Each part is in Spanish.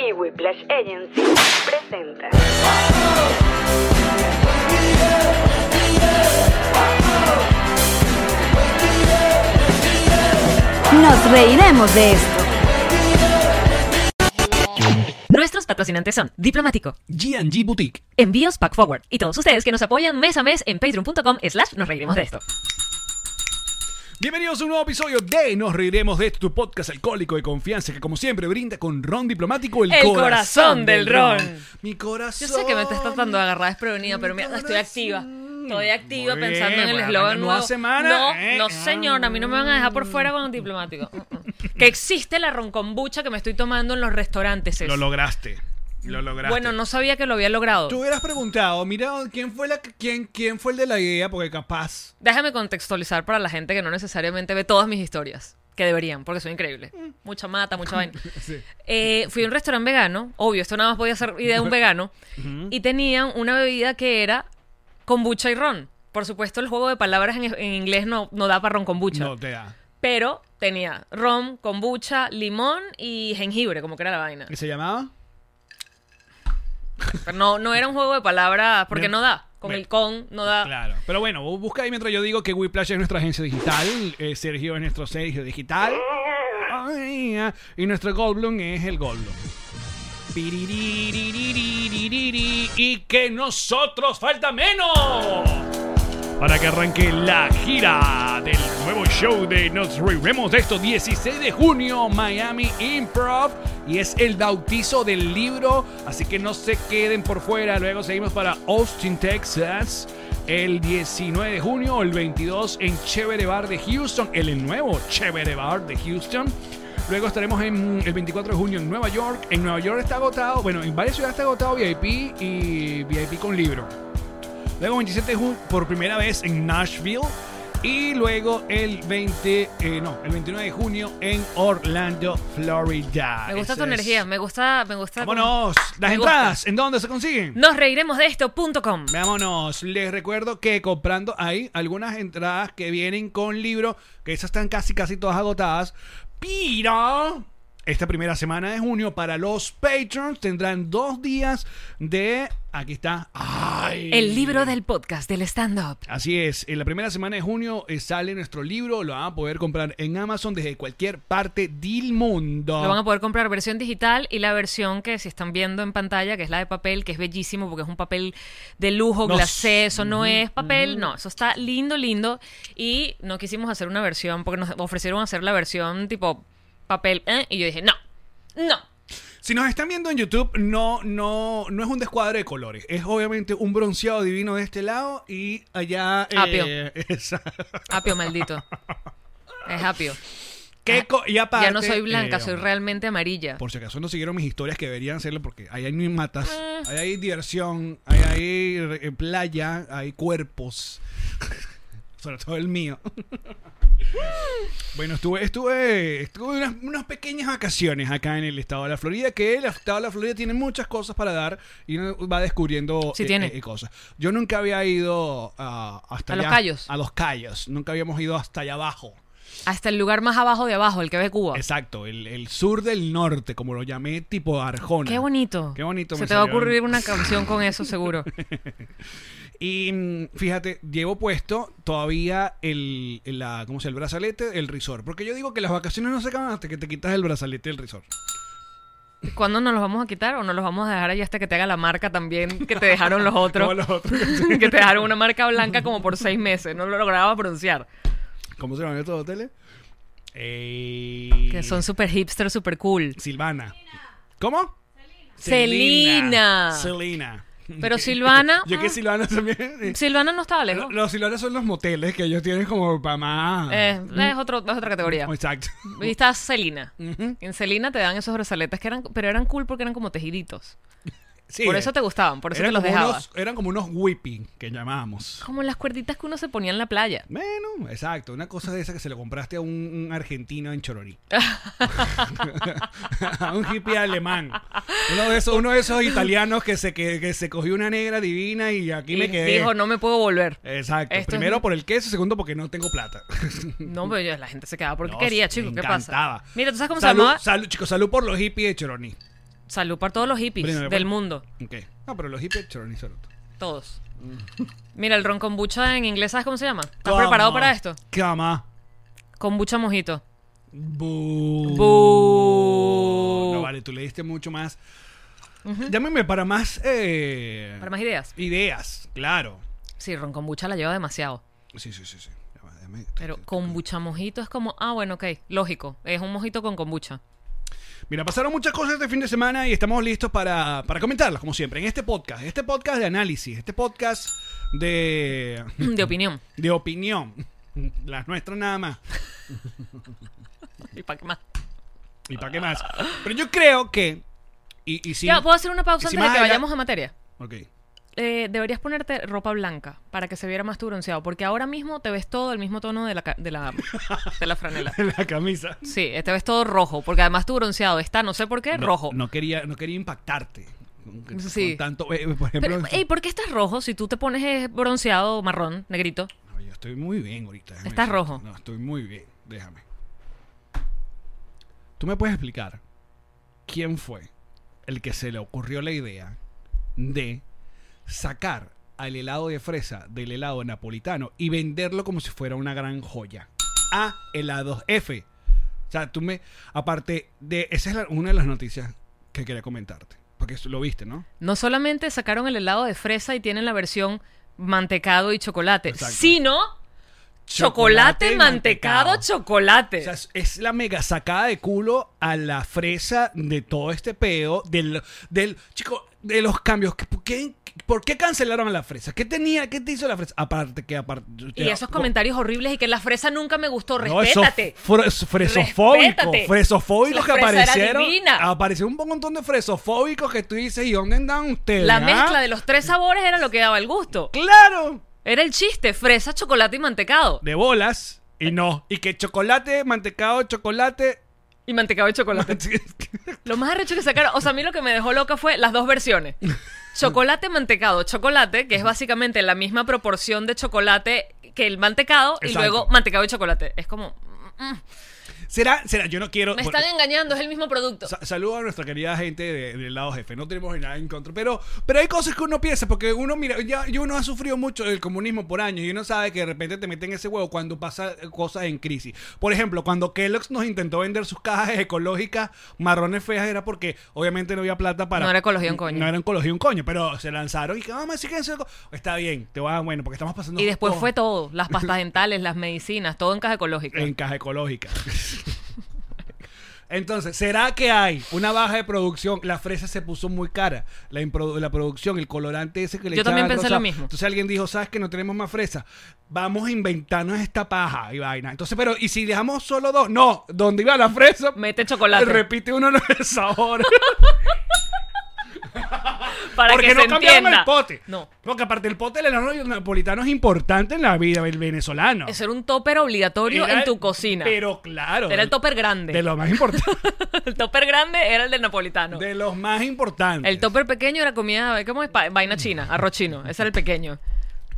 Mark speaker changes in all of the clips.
Speaker 1: y Whiplash Agency presenta
Speaker 2: Nos reiremos de esto.
Speaker 3: Nuestros patrocinantes son Diplomático,
Speaker 4: G&G Boutique,
Speaker 3: Envíos Pack Forward y todos ustedes que nos apoyan mes a mes en patreon.com slash nos reiremos de esto.
Speaker 4: Bienvenidos a un nuevo episodio de Nos Reiremos de esto, tu podcast alcohólico de confianza que como siempre brinda con ron diplomático el,
Speaker 3: El corazón del ron.
Speaker 4: Mi
Speaker 5: Yo
Speaker 4: corazón.
Speaker 5: sé que me estás tratando de agarrar desprevenida, pero mira, estoy activa. Estoy activa
Speaker 4: Muy bien,
Speaker 5: pensando en el
Speaker 4: bueno,
Speaker 5: eslogan
Speaker 4: nueva
Speaker 5: nuevo.
Speaker 4: semana,
Speaker 5: No,
Speaker 4: eh,
Speaker 5: no
Speaker 4: ah.
Speaker 5: señor, a mí no me van a dejar por fuera con un diplomático. Mm, que existe la roncombucha que me estoy tomando en los restaurantes. es.
Speaker 4: Lo lograste. Lo lograste.
Speaker 5: Bueno, no sabía que lo había logrado.
Speaker 4: Tú hubieras preguntado, mira, ¿quién fue, la, quién, quién fue el de la idea? Porque capaz.
Speaker 5: Déjame contextualizar para la gente que no necesariamente ve todas mis historias. Que deberían, porque soy increíble.
Speaker 4: Mm.
Speaker 5: Mucha mata, mucha vaina.
Speaker 4: Sí.
Speaker 5: Eh, fui a un restaurante vegano, obvio, esto nada más podía ser idea de un vegano, y tenían una bebida que era kombucha y ron. Por supuesto, el juego de palabras en, en inglés no, no da para ron kombucha,
Speaker 4: No te da.
Speaker 5: pero tenía ron, kombucha, limón y jengibre, como que era la vaina.
Speaker 4: ¿Qué se llamaba?
Speaker 5: Pero no, no era un juego de palabras, porque
Speaker 4: Bien.
Speaker 5: no da. Con
Speaker 4: Bien.
Speaker 5: el con, no da.
Speaker 4: Claro. Pero bueno, vos busca ahí mientras yo digo que Whiplash es nuestra agencia digital, eh, Sergio es nuestro Sergio digital. Ay, ah, y nuestro Goldblum es el Goldblum. Piriririririririri, Y que nosotros falta menos para que arranque la gira del nuevo show de Nos Reiremos de esto 16 de junio Miami Improv y es el bautizo del libro así que no se queden por fuera luego seguimos para Austin Texas el 19 de junio el 22 en Chévere Bar de Houston el nuevo Chévere Bar de Houston Luego estaremos en el 24 de junio en Nueva York. En Nueva York está agotado, bueno, en varias ciudades está agotado VIP y VIP con libro. Luego 27 de junio por primera vez en Nashville. Y luego el 20, eh, no, el 29 de junio en Orlando, Florida.
Speaker 5: Me gusta
Speaker 4: Ese
Speaker 5: tu
Speaker 4: es-
Speaker 5: energía, me gusta, me gusta. como-
Speaker 4: Vámonos. Las
Speaker 5: Me gusta.
Speaker 4: entradas, ¿en dónde se consiguen?
Speaker 5: Nos reiremos de esto.com.
Speaker 4: Vámonos, les recuerdo que comprando hay algunas entradas que vienen con libro, que esas están casi casi todas agotadas, pero esta primera semana de junio para los patrons tendrán dos días de... Aquí está. ¡Ay!
Speaker 5: El libro del podcast del stand-up.
Speaker 4: Así es, en la primera semana de junio eh, sale nuestro libro, lo van a poder comprar en Amazon desde cualquier parte del mundo.
Speaker 5: Lo van a poder comprar versión digital y la versión que si están viendo en pantalla, que es la de papel, que es bellísimo porque es un papel de lujo,
Speaker 4: No,
Speaker 5: glacé, eso no es papel, no, eso está lindo, lindo. Y no quisimos hacer una versión porque nos ofrecieron hacer la versión tipo papel, ¿eh? y yo dije, no, no.
Speaker 4: Si nos están viendo en YouTube, no, no, no es un descuadre de colores. Es obviamente un bronceado divino de este lado y allá. eh,
Speaker 5: Apio.
Speaker 4: esa-
Speaker 5: Apio maldito. Es apio.
Speaker 4: ¿Qué co- y aparte,
Speaker 5: ya no soy blanca,
Speaker 4: eh,
Speaker 5: soy realmente amarilla.
Speaker 4: Por si acaso no siguieron mis historias que deberían serlo, porque ahí hay ni matas,
Speaker 5: Ah.
Speaker 4: ahí hay diversión, ahí hay re- eh, playa, hay cuerpos. Sobre todo el mío. Bueno, estuve, estuve, estuve unas, unas pequeñas vacaciones acá en el estado de la Florida, que el estado de la Florida tiene muchas cosas para dar y uno va descubriendo eh,
Speaker 5: Sí tiene.
Speaker 4: cosas. Yo nunca había ido ah, hasta
Speaker 5: A
Speaker 4: allá-
Speaker 5: Los Cayos.
Speaker 4: A los callos. Nunca habíamos ido hasta allá abajo.
Speaker 5: Hasta el lugar más abajo de abajo, el que ve Cuba.
Speaker 4: Exacto, el, el sur del norte, como lo llamé, tipo Arjona.
Speaker 5: Qué bonito.
Speaker 4: Qué bonito
Speaker 5: Se
Speaker 4: me
Speaker 5: te va a
Speaker 4: salió.
Speaker 5: ocurrir una canción con eso, seguro.
Speaker 4: Y mm, fíjate, llevo puesto todavía el, el- la, ¿cómo se llama? el brazalete, el risor. Porque yo digo que las vacaciones no se acaban hasta que te quitas el brazalete y el risor.
Speaker 5: ¿Cuándo nos los vamos a quitar o nos los vamos a dejar ahí hasta que te haga la marca también que te dejaron los
Speaker 4: Como
Speaker 5: otros?
Speaker 4: los otros.
Speaker 5: que te dejaron una marca blanca como por seis meses. No lo lograba pronunciar.
Speaker 4: ¿Cómo se llaman estos hoteles? Eh,
Speaker 5: Que son super hipster, super cool.
Speaker 4: Silvana. ¿Cómo?
Speaker 5: Selena.
Speaker 4: Selena.
Speaker 5: Pero Silvana.
Speaker 4: Yo
Speaker 5: mm,
Speaker 4: que Silvana también.
Speaker 5: Silvana no estaba lejos.
Speaker 4: Los, los Silvanas son los moteles que ellos tienen como para más.
Speaker 5: Eh, es, otro, es otra categoría.
Speaker 4: Exacto.
Speaker 5: Y está Celina.
Speaker 4: Ujú.
Speaker 5: En Celina te dan esos brazaletes que eran, pero eran cool porque eran como tejiditos.
Speaker 4: Sí,
Speaker 5: por
Speaker 4: eh,
Speaker 5: eso te gustaban, por eso te
Speaker 4: eran
Speaker 5: los
Speaker 4: como
Speaker 5: dejabas.
Speaker 4: unos- eran como unos whipping que llamábamos.
Speaker 5: Como las cuerditas que uno se ponía en la playa.
Speaker 4: Bueno, exacto. Una cosa de esa que se lo compraste a un, un argentino en Chororí. a un hippie alemán. Uno de esos, uno de esos italianos que se, que, que se cogió una negra divina y aquí me quedé.
Speaker 5: dijo, no me puedo volver.
Speaker 4: Exacto.
Speaker 5: Esto es-
Speaker 4: Primero por el queso, segundo porque no tengo plata.
Speaker 5: No, pero yo- la gente se quedaba porque
Speaker 4: No,
Speaker 5: quería,
Speaker 4: me
Speaker 5: chico, ¿qué
Speaker 4: encantaba.
Speaker 5: pasa? Mira, ¿tú sabes cómo
Speaker 4: salud,
Speaker 5: se llamaba?
Speaker 4: salud, chicos, salud por los hippies de Choroní.
Speaker 5: Salud para todos los hippies
Speaker 4: Brindame,
Speaker 5: del
Speaker 4: pues.
Speaker 5: mundo.
Speaker 4: Ok. No, pero los hippies de Choroní salud.
Speaker 5: Todos.
Speaker 4: Mm.
Speaker 5: Mira, el ron kombucha en inglés, ¿sabes cómo se llama? ¿Estás preparado para esto?
Speaker 4: Cama.
Speaker 5: Kombucha mojito.
Speaker 4: Bu.
Speaker 5: Bu.
Speaker 4: Uh, No, vale, tú le diste mucho más. Llámeme para más, eh,
Speaker 5: Para más ideas.
Speaker 4: ideas, claro.
Speaker 5: Sí, ron kombucha la lleva demasiado.
Speaker 4: Sí, sí, sí, sí. Ya va, déjame-
Speaker 5: Pero kombucha mojito es como, ah, bueno, ok, lógico. Es un mojito con kombucha.
Speaker 4: Mira, pasaron muchas cosas este fin de semana y estamos listos para, para comentarlas, como siempre, en este podcast. Este podcast de análisis, este podcast de,
Speaker 5: De opinión.
Speaker 4: de opinión. Las nuestras nada más.
Speaker 5: ¿Y para qué más?
Speaker 4: ¿Y para qué más? Pero yo creo que... Y, y sí...
Speaker 5: Ya, ¿puedo hacer una pausa
Speaker 4: y si
Speaker 5: antes de
Speaker 4: más
Speaker 5: que
Speaker 4: allá-
Speaker 5: vayamos a materia?
Speaker 4: Ok.
Speaker 5: Eh, deberías ponerte ropa blanca para que se viera más tu bronceado, porque ahora mismo te ves todo el mismo tono de la, ca- de la, de la franela.
Speaker 4: La camisa.
Speaker 5: Sí, eh, te ves todo rojo, porque además tu bronceado está, no sé por qué,
Speaker 4: No,
Speaker 5: rojo.
Speaker 4: No quería, no quería impactarte. con- con
Speaker 5: Sí.
Speaker 4: tanto, eh, por ejemplo...
Speaker 5: Pero, ey, ¿por qué estás rojo si tú te pones eh, bronceado marrón, negrito?
Speaker 4: No, yo estoy muy bien ahorita. déjame
Speaker 5: Estás
Speaker 4: decirte.
Speaker 5: rojo.
Speaker 4: No, estoy muy bien. Déjame. ¿Tú me puedes explicar quién fue el que se le ocurrió la idea de sacar al helado de fresa del helado napolitano y venderlo como si fuera una gran joya? A helados F. O sea, tú me... Aparte de... Esa es la- una de las noticias que quería comentarte. Porque eso lo viste, ¿no?
Speaker 5: No solamente sacaron el helado de fresa y tienen la versión mantecado y chocolate,
Speaker 4: Exacto.
Speaker 5: sino chocolate,
Speaker 4: y
Speaker 5: mantecado, chocolate.
Speaker 4: O sea, es- es la mega sacada de culo a la fresa de todo este peo, del, del chico, de los cambios. ¿Qué- ¿Por qué, por qué cancelaron a la fresa? ¿Qué tenía? ¿Qué te hizo la fresa? Aparte que aparte.
Speaker 5: y esos comentarios horribles y que la fresa nunca me gustó,
Speaker 4: No, esos
Speaker 5: respétate.
Speaker 4: fres- fresofóbicos,
Speaker 5: Respétate.
Speaker 4: fresofóbicos
Speaker 5: La
Speaker 4: que
Speaker 5: fresa era
Speaker 4: aparecieron.
Speaker 5: divina.
Speaker 4: Apareció un montón de fresofóbicos que tú dices, ¿y dónde andan ustedes?
Speaker 5: La
Speaker 4: ah?
Speaker 5: mezcla de los tres sabores era lo que daba el gusto.
Speaker 4: ¡Claro!
Speaker 5: Era el chiste, fresa, chocolate y mantecado.
Speaker 4: De bolas. Y no. Y que chocolate, mantecado, chocolate.
Speaker 5: Y mantecado y chocolate. Lo más arrecho que sacaron, o sea, a mí lo que me dejó loca fue las dos versiones. Chocolate mantecado, chocolate, que es básicamente la misma proporción de chocolate que el mantecado, y
Speaker 4: Exacto.
Speaker 5: luego mantecado y chocolate. Es como, mm, mm,
Speaker 4: ¿Será? ¿Será? Yo no quiero...
Speaker 5: me están engañando, es el mismo producto.
Speaker 4: Sa- Saludos a nuestra querida gente de- del lado jefe. No tenemos nada en contra. Pero, pero hay cosas que uno piensa, porque uno mira, ya, y uno ha sufrido mucho el comunismo por años y uno sabe que de repente te meten ese huevo cuando pasa eh, cosas en crisis. Por ejemplo, cuando Kellogg's nos intentó vender sus cajas ecológicas marrones feas era porque obviamente no había plata para...
Speaker 5: No era ecología un coño.
Speaker 4: No era ecología un coño, pero se lanzaron y que vamos a decir que es eco-". Está bien, te va bueno, porque estamos pasando...
Speaker 5: y después
Speaker 4: todo
Speaker 5: fue todo, las pastas dentales, las medicinas, todo en caja ecológica.
Speaker 4: en caja ecológica. Entonces, ¿será que hay una baja de producción? La fresa se puso muy cara. La, impro- la producción, el colorante ese que le
Speaker 5: Yo también
Speaker 4: echaban,
Speaker 5: pensé
Speaker 4: o sea,
Speaker 5: lo mismo.
Speaker 4: Entonces alguien dijo, ¿sabes que no tenemos más fresa? Vamos a inventarnos esta paja y vaina. Entonces, pero, ¿y si dejamos solo dos? No, donde iba la fresa,
Speaker 5: Mete chocolate
Speaker 4: repite uno de sabor.
Speaker 5: para
Speaker 4: Porque
Speaker 5: que
Speaker 4: no
Speaker 5: se
Speaker 4: cambiaron
Speaker 5: entienda.
Speaker 4: el pote.
Speaker 5: No.
Speaker 4: Porque aparte el pote del helado napolitano es importante en la vida del venezolano.
Speaker 5: Eso era un topper obligatorio
Speaker 4: Era-
Speaker 5: en tu cocina.
Speaker 4: Pero claro.
Speaker 5: Era el topper grande.
Speaker 4: De lo más importante.
Speaker 5: el topper grande era el del napolitano.
Speaker 4: De los más importantes.
Speaker 5: El topper pequeño era comida, ¿cómo es? Pa- Vaina china, arroz chino. Ese era el pequeño.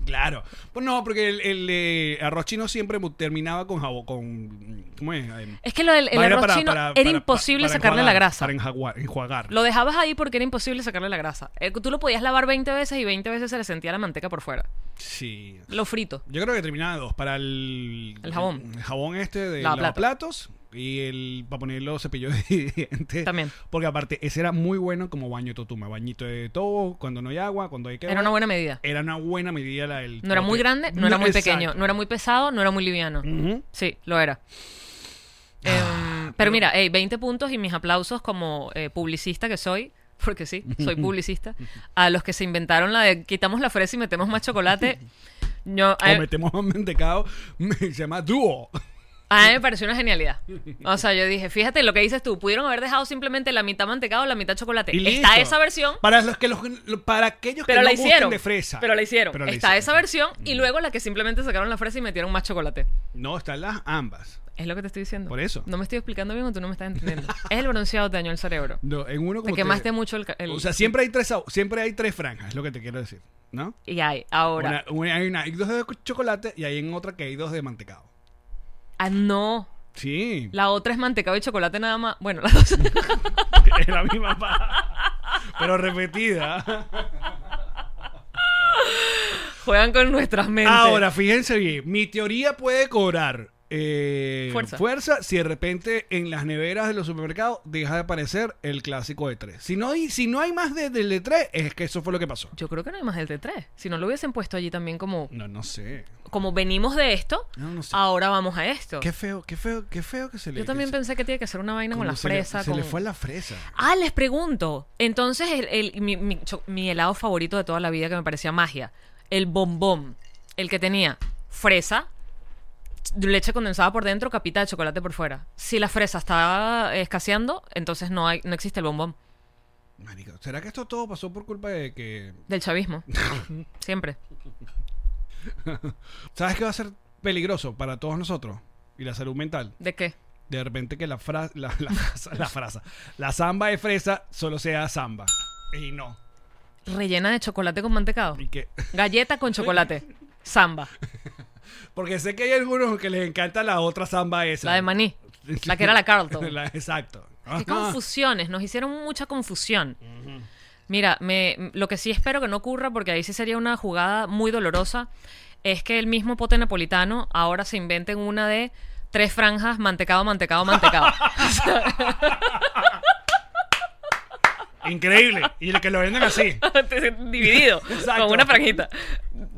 Speaker 4: Claro. Pues no, porque el, el, eh, arroz chino siempre mu- terminaba con jabón, con... ¿Cómo es? Eh,
Speaker 5: Es que lo del el
Speaker 4: vaina
Speaker 5: arroz
Speaker 4: para-
Speaker 5: chino
Speaker 4: para-
Speaker 5: era
Speaker 4: para-
Speaker 5: imposible
Speaker 4: para
Speaker 5: sacarle la
Speaker 4: enjuagar,
Speaker 5: grasa.
Speaker 4: Para enjagua- enjuagar.
Speaker 5: Lo dejabas ahí porque era imposible sacarle la grasa. Eh, Tú lo podías lavar 20 veces y 20 veces se le sentía la manteca por fuera.
Speaker 4: Sí.
Speaker 5: Lo frito.
Speaker 4: Yo creo que terminaba dos. Para el...
Speaker 5: El jabón.
Speaker 4: El jabón este de
Speaker 5: Lavaplatos.
Speaker 4: lavaplatos. Y el... Para poner los cepillos de dientes.
Speaker 5: También.
Speaker 4: Porque aparte, ese era muy bueno como baño de totuma. Bañito de todo, cuando no hay agua, cuando hay que...
Speaker 5: Era una buena medida.
Speaker 4: Era una buena medida la del...
Speaker 5: No era muy
Speaker 4: pote.
Speaker 5: grande, no era muy
Speaker 4: exacto.
Speaker 5: pequeño, no era muy pesado, no era muy liviano.
Speaker 4: Ujú.
Speaker 5: Sí, lo era.
Speaker 4: Ah,
Speaker 5: Em, pero mira, ey, 20 puntos y mis aplausos como eh, publicista que soy porque sí, soy publicista, a los que se inventaron la de quitamos la fresa y metemos más chocolate. Yo, a,
Speaker 4: O metemos un mendecado, se llama dúo.
Speaker 5: a mí me pareció una genialidad. O sea, yo dije, fíjate lo que dices tú, pudieron haber dejado simplemente la mitad mantecado, la mitad chocolate.
Speaker 4: Y
Speaker 5: Está
Speaker 4: listo.
Speaker 5: esa versión,
Speaker 4: Para, los que los, para aquellos
Speaker 5: pero
Speaker 4: que
Speaker 5: la
Speaker 4: no gusten
Speaker 5: hicieron.
Speaker 4: de fresa.
Speaker 5: Pero la hicieron.
Speaker 4: Pero la
Speaker 5: Está
Speaker 4: hicieron. Mm.
Speaker 5: esa versión y luego la que simplemente sacaron la fresa y metieron más chocolate.
Speaker 4: No, están las ambas.
Speaker 5: Es lo que te estoy diciendo.
Speaker 4: Por eso.
Speaker 5: No me estoy explicando bien o tú no me estás entendiendo. es el bronceado te dañó el cerebro.
Speaker 4: No, en uno
Speaker 5: Te
Speaker 4: como
Speaker 5: quemaste mucho el, ca- el-
Speaker 4: O sea, siempre hay tres sab- siempre hay tres franjas, es lo que te quiero decir, ¿no?
Speaker 5: Y hay, ahora.
Speaker 4: Una- una- hay una hay dos de chocolate y hay en otra que hay dos de mantecado.
Speaker 5: Ah, no.
Speaker 4: Sí,
Speaker 5: La otra es mantecado y chocolate nada más. Bueno, las dos.
Speaker 4: es la misma paja, pero repetida.
Speaker 5: Juegan con nuestras mentes.
Speaker 4: Ahora, fíjense bien, mi teoría puede cobrar eh,
Speaker 5: Fuerza.
Speaker 4: si de repente en las neveras de los supermercados deja de aparecer el clásico de tres. Si no hay, si no hay más de- del de tres, es que eso fue lo que pasó.
Speaker 5: Yo creo que no hay más del T3. Si no lo hubiesen puesto allí también como,
Speaker 4: No, no sé.
Speaker 5: como venimos de esto,
Speaker 4: No, no sé.
Speaker 5: ahora vamos a esto.
Speaker 4: Qué feo, qué feo, qué feo que se le
Speaker 5: Yo también
Speaker 4: que se-
Speaker 5: pensé que tiene que ser una vaina con
Speaker 4: cuando
Speaker 5: la
Speaker 4: se le-
Speaker 5: fresa.
Speaker 4: Se le
Speaker 5: con-
Speaker 4: fue la fresa.
Speaker 5: Ah, les pregunto. Entonces, el, el- mi, mi cho- mi helado favorito de toda la vida que me parecía magia, el bombón, el que tenía fresa, leche condensada por dentro, capita de chocolate por fuera. Si la fresa está escaseando, entonces no hay, no existe el bombón
Speaker 4: Marico, ¿será que esto todo pasó por culpa de que...
Speaker 5: del chavismo. Siempre.
Speaker 4: ¿Sabes qué va a ser peligroso para todos nosotros? Y la salud mental.
Speaker 5: ¿De qué?
Speaker 4: De repente que la frase, la, la, frasa- la frasa, la samba de fresa solo sea samba. Y no.
Speaker 5: Rellena de chocolate con mantecado.
Speaker 4: Y que,
Speaker 5: Galleta con chocolate. Samba.
Speaker 4: porque sé que hay algunos que les encanta la otra samba esa.
Speaker 5: La de maní. La que era la Carlton.
Speaker 4: La- exacto.
Speaker 5: Qué confusiones, nos hicieron mucha confusión. Mira, me, m- lo que sí espero que no ocurra, porque ahí sí sería una jugada muy dolorosa, es que el mismo pote napolitano ahora se inventen una de tres franjas, mantecado, mantecado, mantecado.
Speaker 4: Increíble. Y que lo venden así.
Speaker 5: Dividido,
Speaker 4: Exacto.
Speaker 5: con una franjita.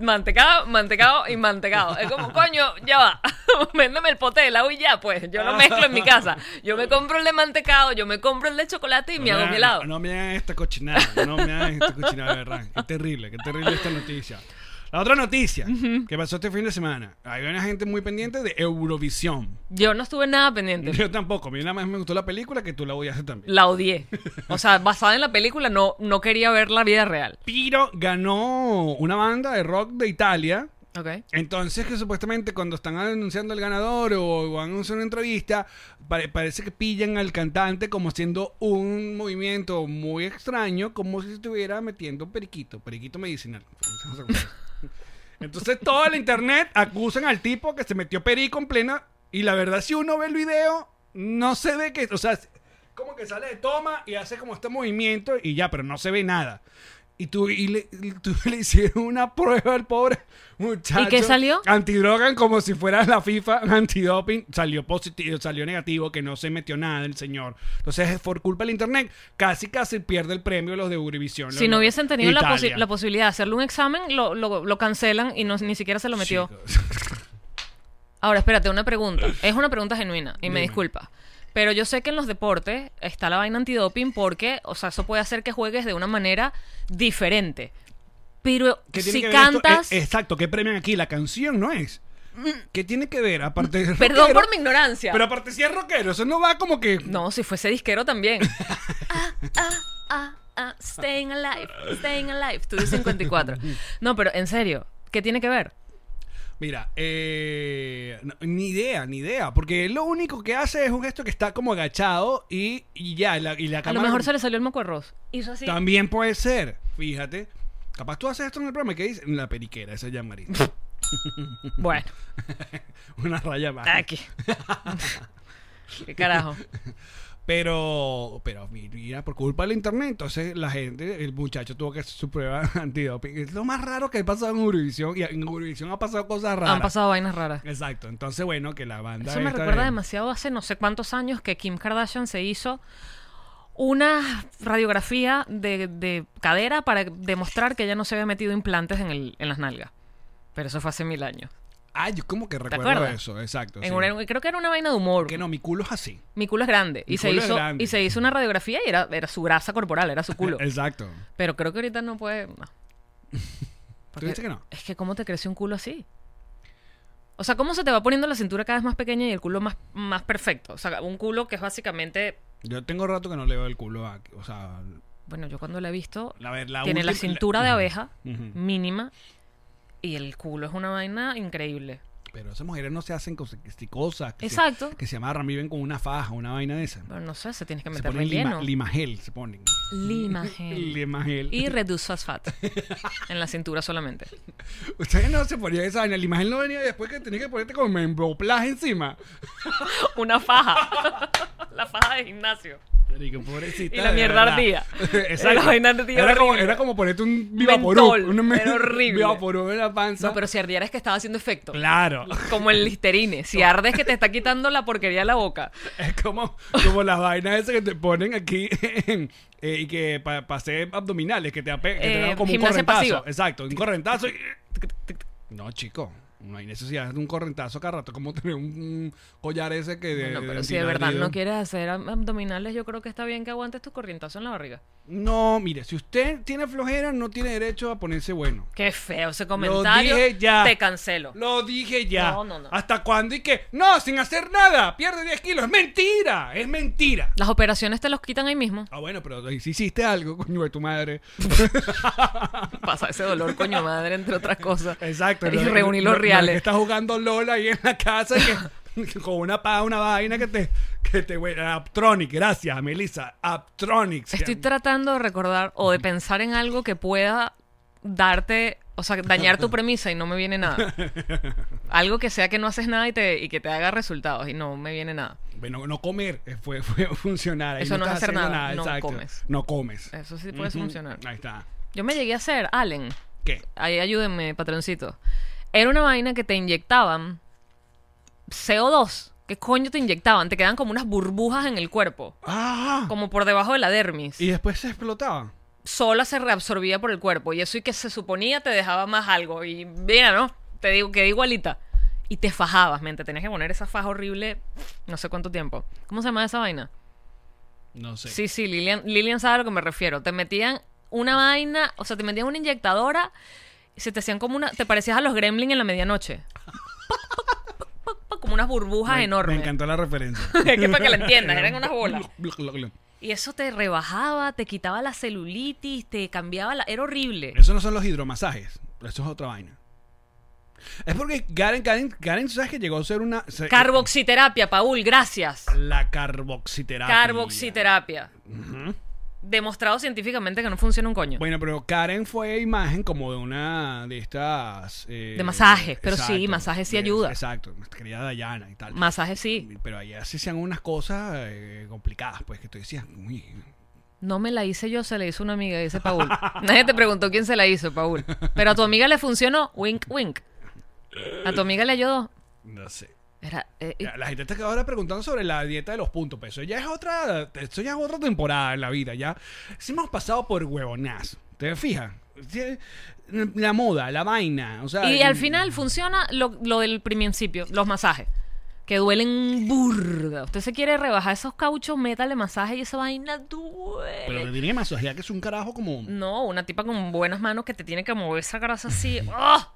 Speaker 5: Mantecado, mantecado y mantecado. Es como, coño, ya va, véndeme el pote de helado y ya, pues, yo lo mezclo en mi casa. Yo me compro el de mantecado, yo me compro el de chocolate y me hago mi helado.
Speaker 4: No, no me hagan esta cochinada, no me hagan esta cochinada, de verdad. Qué terrible, qué terrible esta noticia. La otra noticia que pasó este fin de semana. Hay una gente muy pendiente de Eurovisión.
Speaker 5: Yo no estuve nada pendiente.
Speaker 4: Yo tampoco, a mí nada más me gustó la película que tú la odiaste también.
Speaker 5: la odié. O sea, basada en la película, no, no quería ver la vida real.
Speaker 4: Piro ganó una banda de rock de Italia.
Speaker 5: Ok.
Speaker 4: Entonces que supuestamente cuando están anunciando el ganador o, o van a hacer una entrevista, pare- parece que pillan al cantante como haciendo un movimiento muy extraño, como si estuviera metiendo periquito, periquito medicinal. Entonces todo el internet acusan al tipo que se metió perico en plena y la verdad si uno ve el video no se ve que, o sea, como que sale de toma y hace como este movimiento y ya, pero no se ve nada. Y tú, y le, y tú le hicieron una prueba al pobre muchacho.
Speaker 5: ¿Y qué salió?
Speaker 4: Antidrogan como si fuera la FIFA antidoping. Salió positivo, salió negativo, que no se metió nada el señor. Entonces, por culpa del internet, casi casi pierde el premio los de Eurovisión.
Speaker 5: Si no hubiesen tenido la, posi-
Speaker 4: Italia.
Speaker 5: la posibilidad de hacerle un examen, lo, lo- lo cancelan y no, ni siquiera se lo metió. Ahora, espérate, una pregunta. Es una pregunta genuina y me disculpa. Pero yo sé que en los deportes está la vaina antidoping porque, o sea, eso puede hacer que juegues de una manera diferente. Pero
Speaker 4: ¿Qué tiene
Speaker 5: si
Speaker 4: que ver esto?
Speaker 5: cantas... Mm.
Speaker 4: Eh, exacto, ¿qué premian aquí? La canción no es. ¿Qué tiene que ver? Aparte de
Speaker 5: Perdón
Speaker 4: rockero-
Speaker 5: por mi ignorancia.
Speaker 4: Pero aparte si es rockero, eso no va como que...
Speaker 5: No, si fuese disquero también. ah, ah, ah, ah, staying alive, staying alive, Studio 54. No, pero en serio, ¿qué tiene que ver?
Speaker 4: Mira, eh, no, ni idea, ni idea. Porque él lo único que hace es un gesto que está como agachado y, y ya, la, y la
Speaker 5: A lo
Speaker 4: cámara-
Speaker 5: mejor se le salió el moco de arroz. Hizo así.
Speaker 4: También puede ser, fíjate. Capaz tú haces esto en el programa, ¿qué dices? La periquera, esa ya Marín.
Speaker 5: Bueno,
Speaker 4: Una raya más.
Speaker 5: aquí. ¿Qué carajo?
Speaker 4: Pero, pero mira, por culpa del internet, entonces la gente, el muchacho tuvo que hacer su prueba antidoping. Es lo más raro que ha pasado en Eurovisión. Y en Eurovisión ha pasado cosas raras.
Speaker 5: Han pasado vainas raras.
Speaker 4: Exacto. Entonces, bueno, que la banda.
Speaker 5: Eso me
Speaker 4: esta
Speaker 5: recuerda
Speaker 4: de-
Speaker 5: demasiado hace no sé cuántos años que Kim Kardashian se hizo una radiografía de, de cadera para demostrar que ella no se había metido implantes en, el- en las nalgas. Pero eso fue hace mil años.
Speaker 4: Ah, yo como que recuerdo
Speaker 5: acuerdas?
Speaker 4: eso, exacto.
Speaker 5: En
Speaker 4: sí.
Speaker 5: una- creo que era una vaina de humor.
Speaker 4: Que no, mi culo es así.
Speaker 5: Mi culo es grande.
Speaker 4: Mi
Speaker 5: y, se
Speaker 4: culo es
Speaker 5: hizo,
Speaker 4: grande.
Speaker 5: y se hizo una radiografía y era, era su grasa corporal, era su culo.
Speaker 4: E, Exacto.
Speaker 5: Pero creo que ahorita no puede. no. Porque-
Speaker 4: dices que no?
Speaker 5: Es que, ¿cómo te crece un culo así? O sea, ¿cómo se te va poniendo la cintura cada vez más pequeña y el culo más, más perfecto? O sea, un culo que es básicamente.
Speaker 4: Yo tengo rato que no le veo el culo a... O sea,
Speaker 5: Bueno, yo cuando la he visto,
Speaker 4: la, ver- la
Speaker 5: tiene la
Speaker 4: última-
Speaker 5: cintura de abeja
Speaker 4: Ujú.
Speaker 5: mínima y el culo es una vaina increíble.
Speaker 4: Pero esas mujeres no se hacen cosas, cosas que, se-
Speaker 5: Exacto.
Speaker 4: que se amarran, viven con una faja, una vaina de esa.
Speaker 5: Pero no sé, se tienes que
Speaker 4: Se
Speaker 5: meter
Speaker 4: ponen
Speaker 5: relleno.
Speaker 4: lima, limagel, se ponen.
Speaker 5: Limagel.
Speaker 4: Limagel.
Speaker 5: Y reduce fosfato en la cintura solamente.
Speaker 4: Ustedes no se ponían esa vaina. Limagel no venía después que tenías que ponerte con membroplaje encima.
Speaker 5: Una faja. la faja de gimnasio.
Speaker 4: Marico, pobrecita,
Speaker 5: Y la
Speaker 4: de
Speaker 5: mierda
Speaker 4: verdad.
Speaker 5: ardía.
Speaker 4: Exacto.
Speaker 5: Era la vaina ardía
Speaker 4: Era como,
Speaker 5: horrible.
Speaker 4: era como ponerte un
Speaker 5: Mentol,
Speaker 4: vivaporú. Un me-
Speaker 5: era horrible.
Speaker 4: Vivaporú en la panza.
Speaker 5: No, pero si ardiera es que estaba haciendo efecto.
Speaker 4: Claro.
Speaker 5: Como el listerine. Si ardes que te está quitando la porquería de la boca.
Speaker 4: Es como, como las vainas esas que te ponen aquí en- eh, y que para hacer abdominales, que te, ape- que te
Speaker 5: Eh,
Speaker 4: dan como un
Speaker 5: gimnasia
Speaker 4: correntazo.
Speaker 5: pasiva.
Speaker 4: Exacto, un correntazo. y- No, chico. No hay necesidad de un correntazo cada rato, como tener un, un collar ese que de.
Speaker 5: Bueno, pero
Speaker 4: de
Speaker 5: si de verdad
Speaker 4: antinardido.
Speaker 5: no quieres hacer ab- abdominales, yo creo que está bien que aguantes tus corrientazos en la barriga.
Speaker 4: No, mire, si usted tiene flojera, no tiene derecho a ponerse bueno.
Speaker 5: Qué feo ese comentario.
Speaker 4: dije ya.
Speaker 5: Te cancelo.
Speaker 4: Lo dije ya.
Speaker 5: No, no, no.
Speaker 4: ¿Hasta cuándo? Y que, no, sin hacer nada, pierde 10 kilos. Es mentira, es mentira.
Speaker 5: Las operaciones te los quitan ahí mismo.
Speaker 4: Ah, bueno, pero si hiciste algo, coño de tu madre.
Speaker 5: Pasa ese dolor, coño madre, entre otras cosas.
Speaker 4: Exacto.
Speaker 5: Y
Speaker 4: no-
Speaker 5: reunir
Speaker 4: no-
Speaker 5: los
Speaker 4: no es que
Speaker 5: reales.
Speaker 4: estás jugando LOL ahí en la casa y que- con una paja, una vaina que te... Que te hue- Aptronic, gracias, Melissa. Aptronic. se
Speaker 5: Estoy
Speaker 4: llama.
Speaker 5: tratando de recordar o de pensar en algo que pueda darte, o sea, dañar tu premisa y no me viene nada. Algo que sea que no haces nada y, te, y que te haga resultados y no me viene nada.
Speaker 4: Bueno, no comer eh, fue, fue funcionar. ahí
Speaker 5: Eso no es
Speaker 4: estás
Speaker 5: hacer
Speaker 4: haciendo
Speaker 5: nada, no
Speaker 4: exacto.
Speaker 5: comes.
Speaker 4: No comes.
Speaker 5: Eso sí puede
Speaker 4: Ujú,
Speaker 5: funcionar.
Speaker 4: Ahí está.
Speaker 5: Yo me llegué a hacer, Allen,
Speaker 4: ¿Qué?
Speaker 5: ahí ayúdenme, patroncito. Era una vaina que te inyectaban CO2. ¿Qué coño te inyectaban? Te quedan como unas burbujas en el cuerpo,
Speaker 4: Ah.
Speaker 5: como por debajo de la dermis.
Speaker 4: Y después se explotaba.
Speaker 5: sola se reabsorbía por el cuerpo y eso y que se suponía te dejaba más algo y mira, ¿no? Te digo, quedé igualita. Y te fajabas, mente, tenías que poner esa faja horrible no sé cuánto tiempo. ¿Cómo se llama esa vaina?
Speaker 4: No sé.
Speaker 5: Sí, sí, Lilian, Lilian sabe a lo que me refiero. Te metían una vaina, o sea, te metían una inyectadora y se te hacían como una... Te parecías a los gremlins en la medianoche. como unas burbujas
Speaker 4: me,
Speaker 5: enormes.
Speaker 4: Me encantó la referencia.
Speaker 5: Es que para que la entiendas, ah, eran unas bolas.
Speaker 4: Eso
Speaker 5: Y eso te rebajaba, te quitaba la celulitis, te cambiaba la... Era horrible.
Speaker 4: no son los hidromasajes. Eso es otra vaina. Es porque Karen, Karen, Karen, ¿sabes que llegó a ser una. se-
Speaker 5: Carboxiterapia, Paul, gracias.
Speaker 4: La carboxiterapia.
Speaker 5: Carboxiterapia. Demostrado científicamente que no funciona un coño.
Speaker 4: Bueno, pero Karen fue imagen como de una de estas. eh,
Speaker 5: De masajes, pero sí, masajes sí
Speaker 4: de-
Speaker 5: ayuda.
Speaker 4: Exacto, nuestra querida Dayana y tal.
Speaker 5: Masaje sí.
Speaker 4: Pero allá se hacían unas cosas eh, complicadas, pues que tú decías, uy.
Speaker 5: No me la hice yo, se la hizo una amiga, dice Paul. Nadie te preguntó quién se la hizo, Paul. Pero a tu amiga le funcionó, wink, wink. A tu amiga le ayudó.
Speaker 4: No sé.
Speaker 5: Era, eh, y-
Speaker 4: Ya, La gente está ahora preguntando sobre la dieta de los puntos, pero eso ya es otra, eso ya es otra temporada en la vida, ya. Si hemos pasado por huevonazo, ¿te fijas? Sí, La moda, la vaina, o sea...
Speaker 5: y al final funciona lo, lo del principio, los masajes. Que duelen burda. Usted se quiere rebajar esos cauchos, métale masaje y esa vaina duele.
Speaker 4: Pero te tiene que masajear que es un carajo como...
Speaker 5: No, una tipa con buenas manos que te tiene que mover esa grasa así. ¡Ah!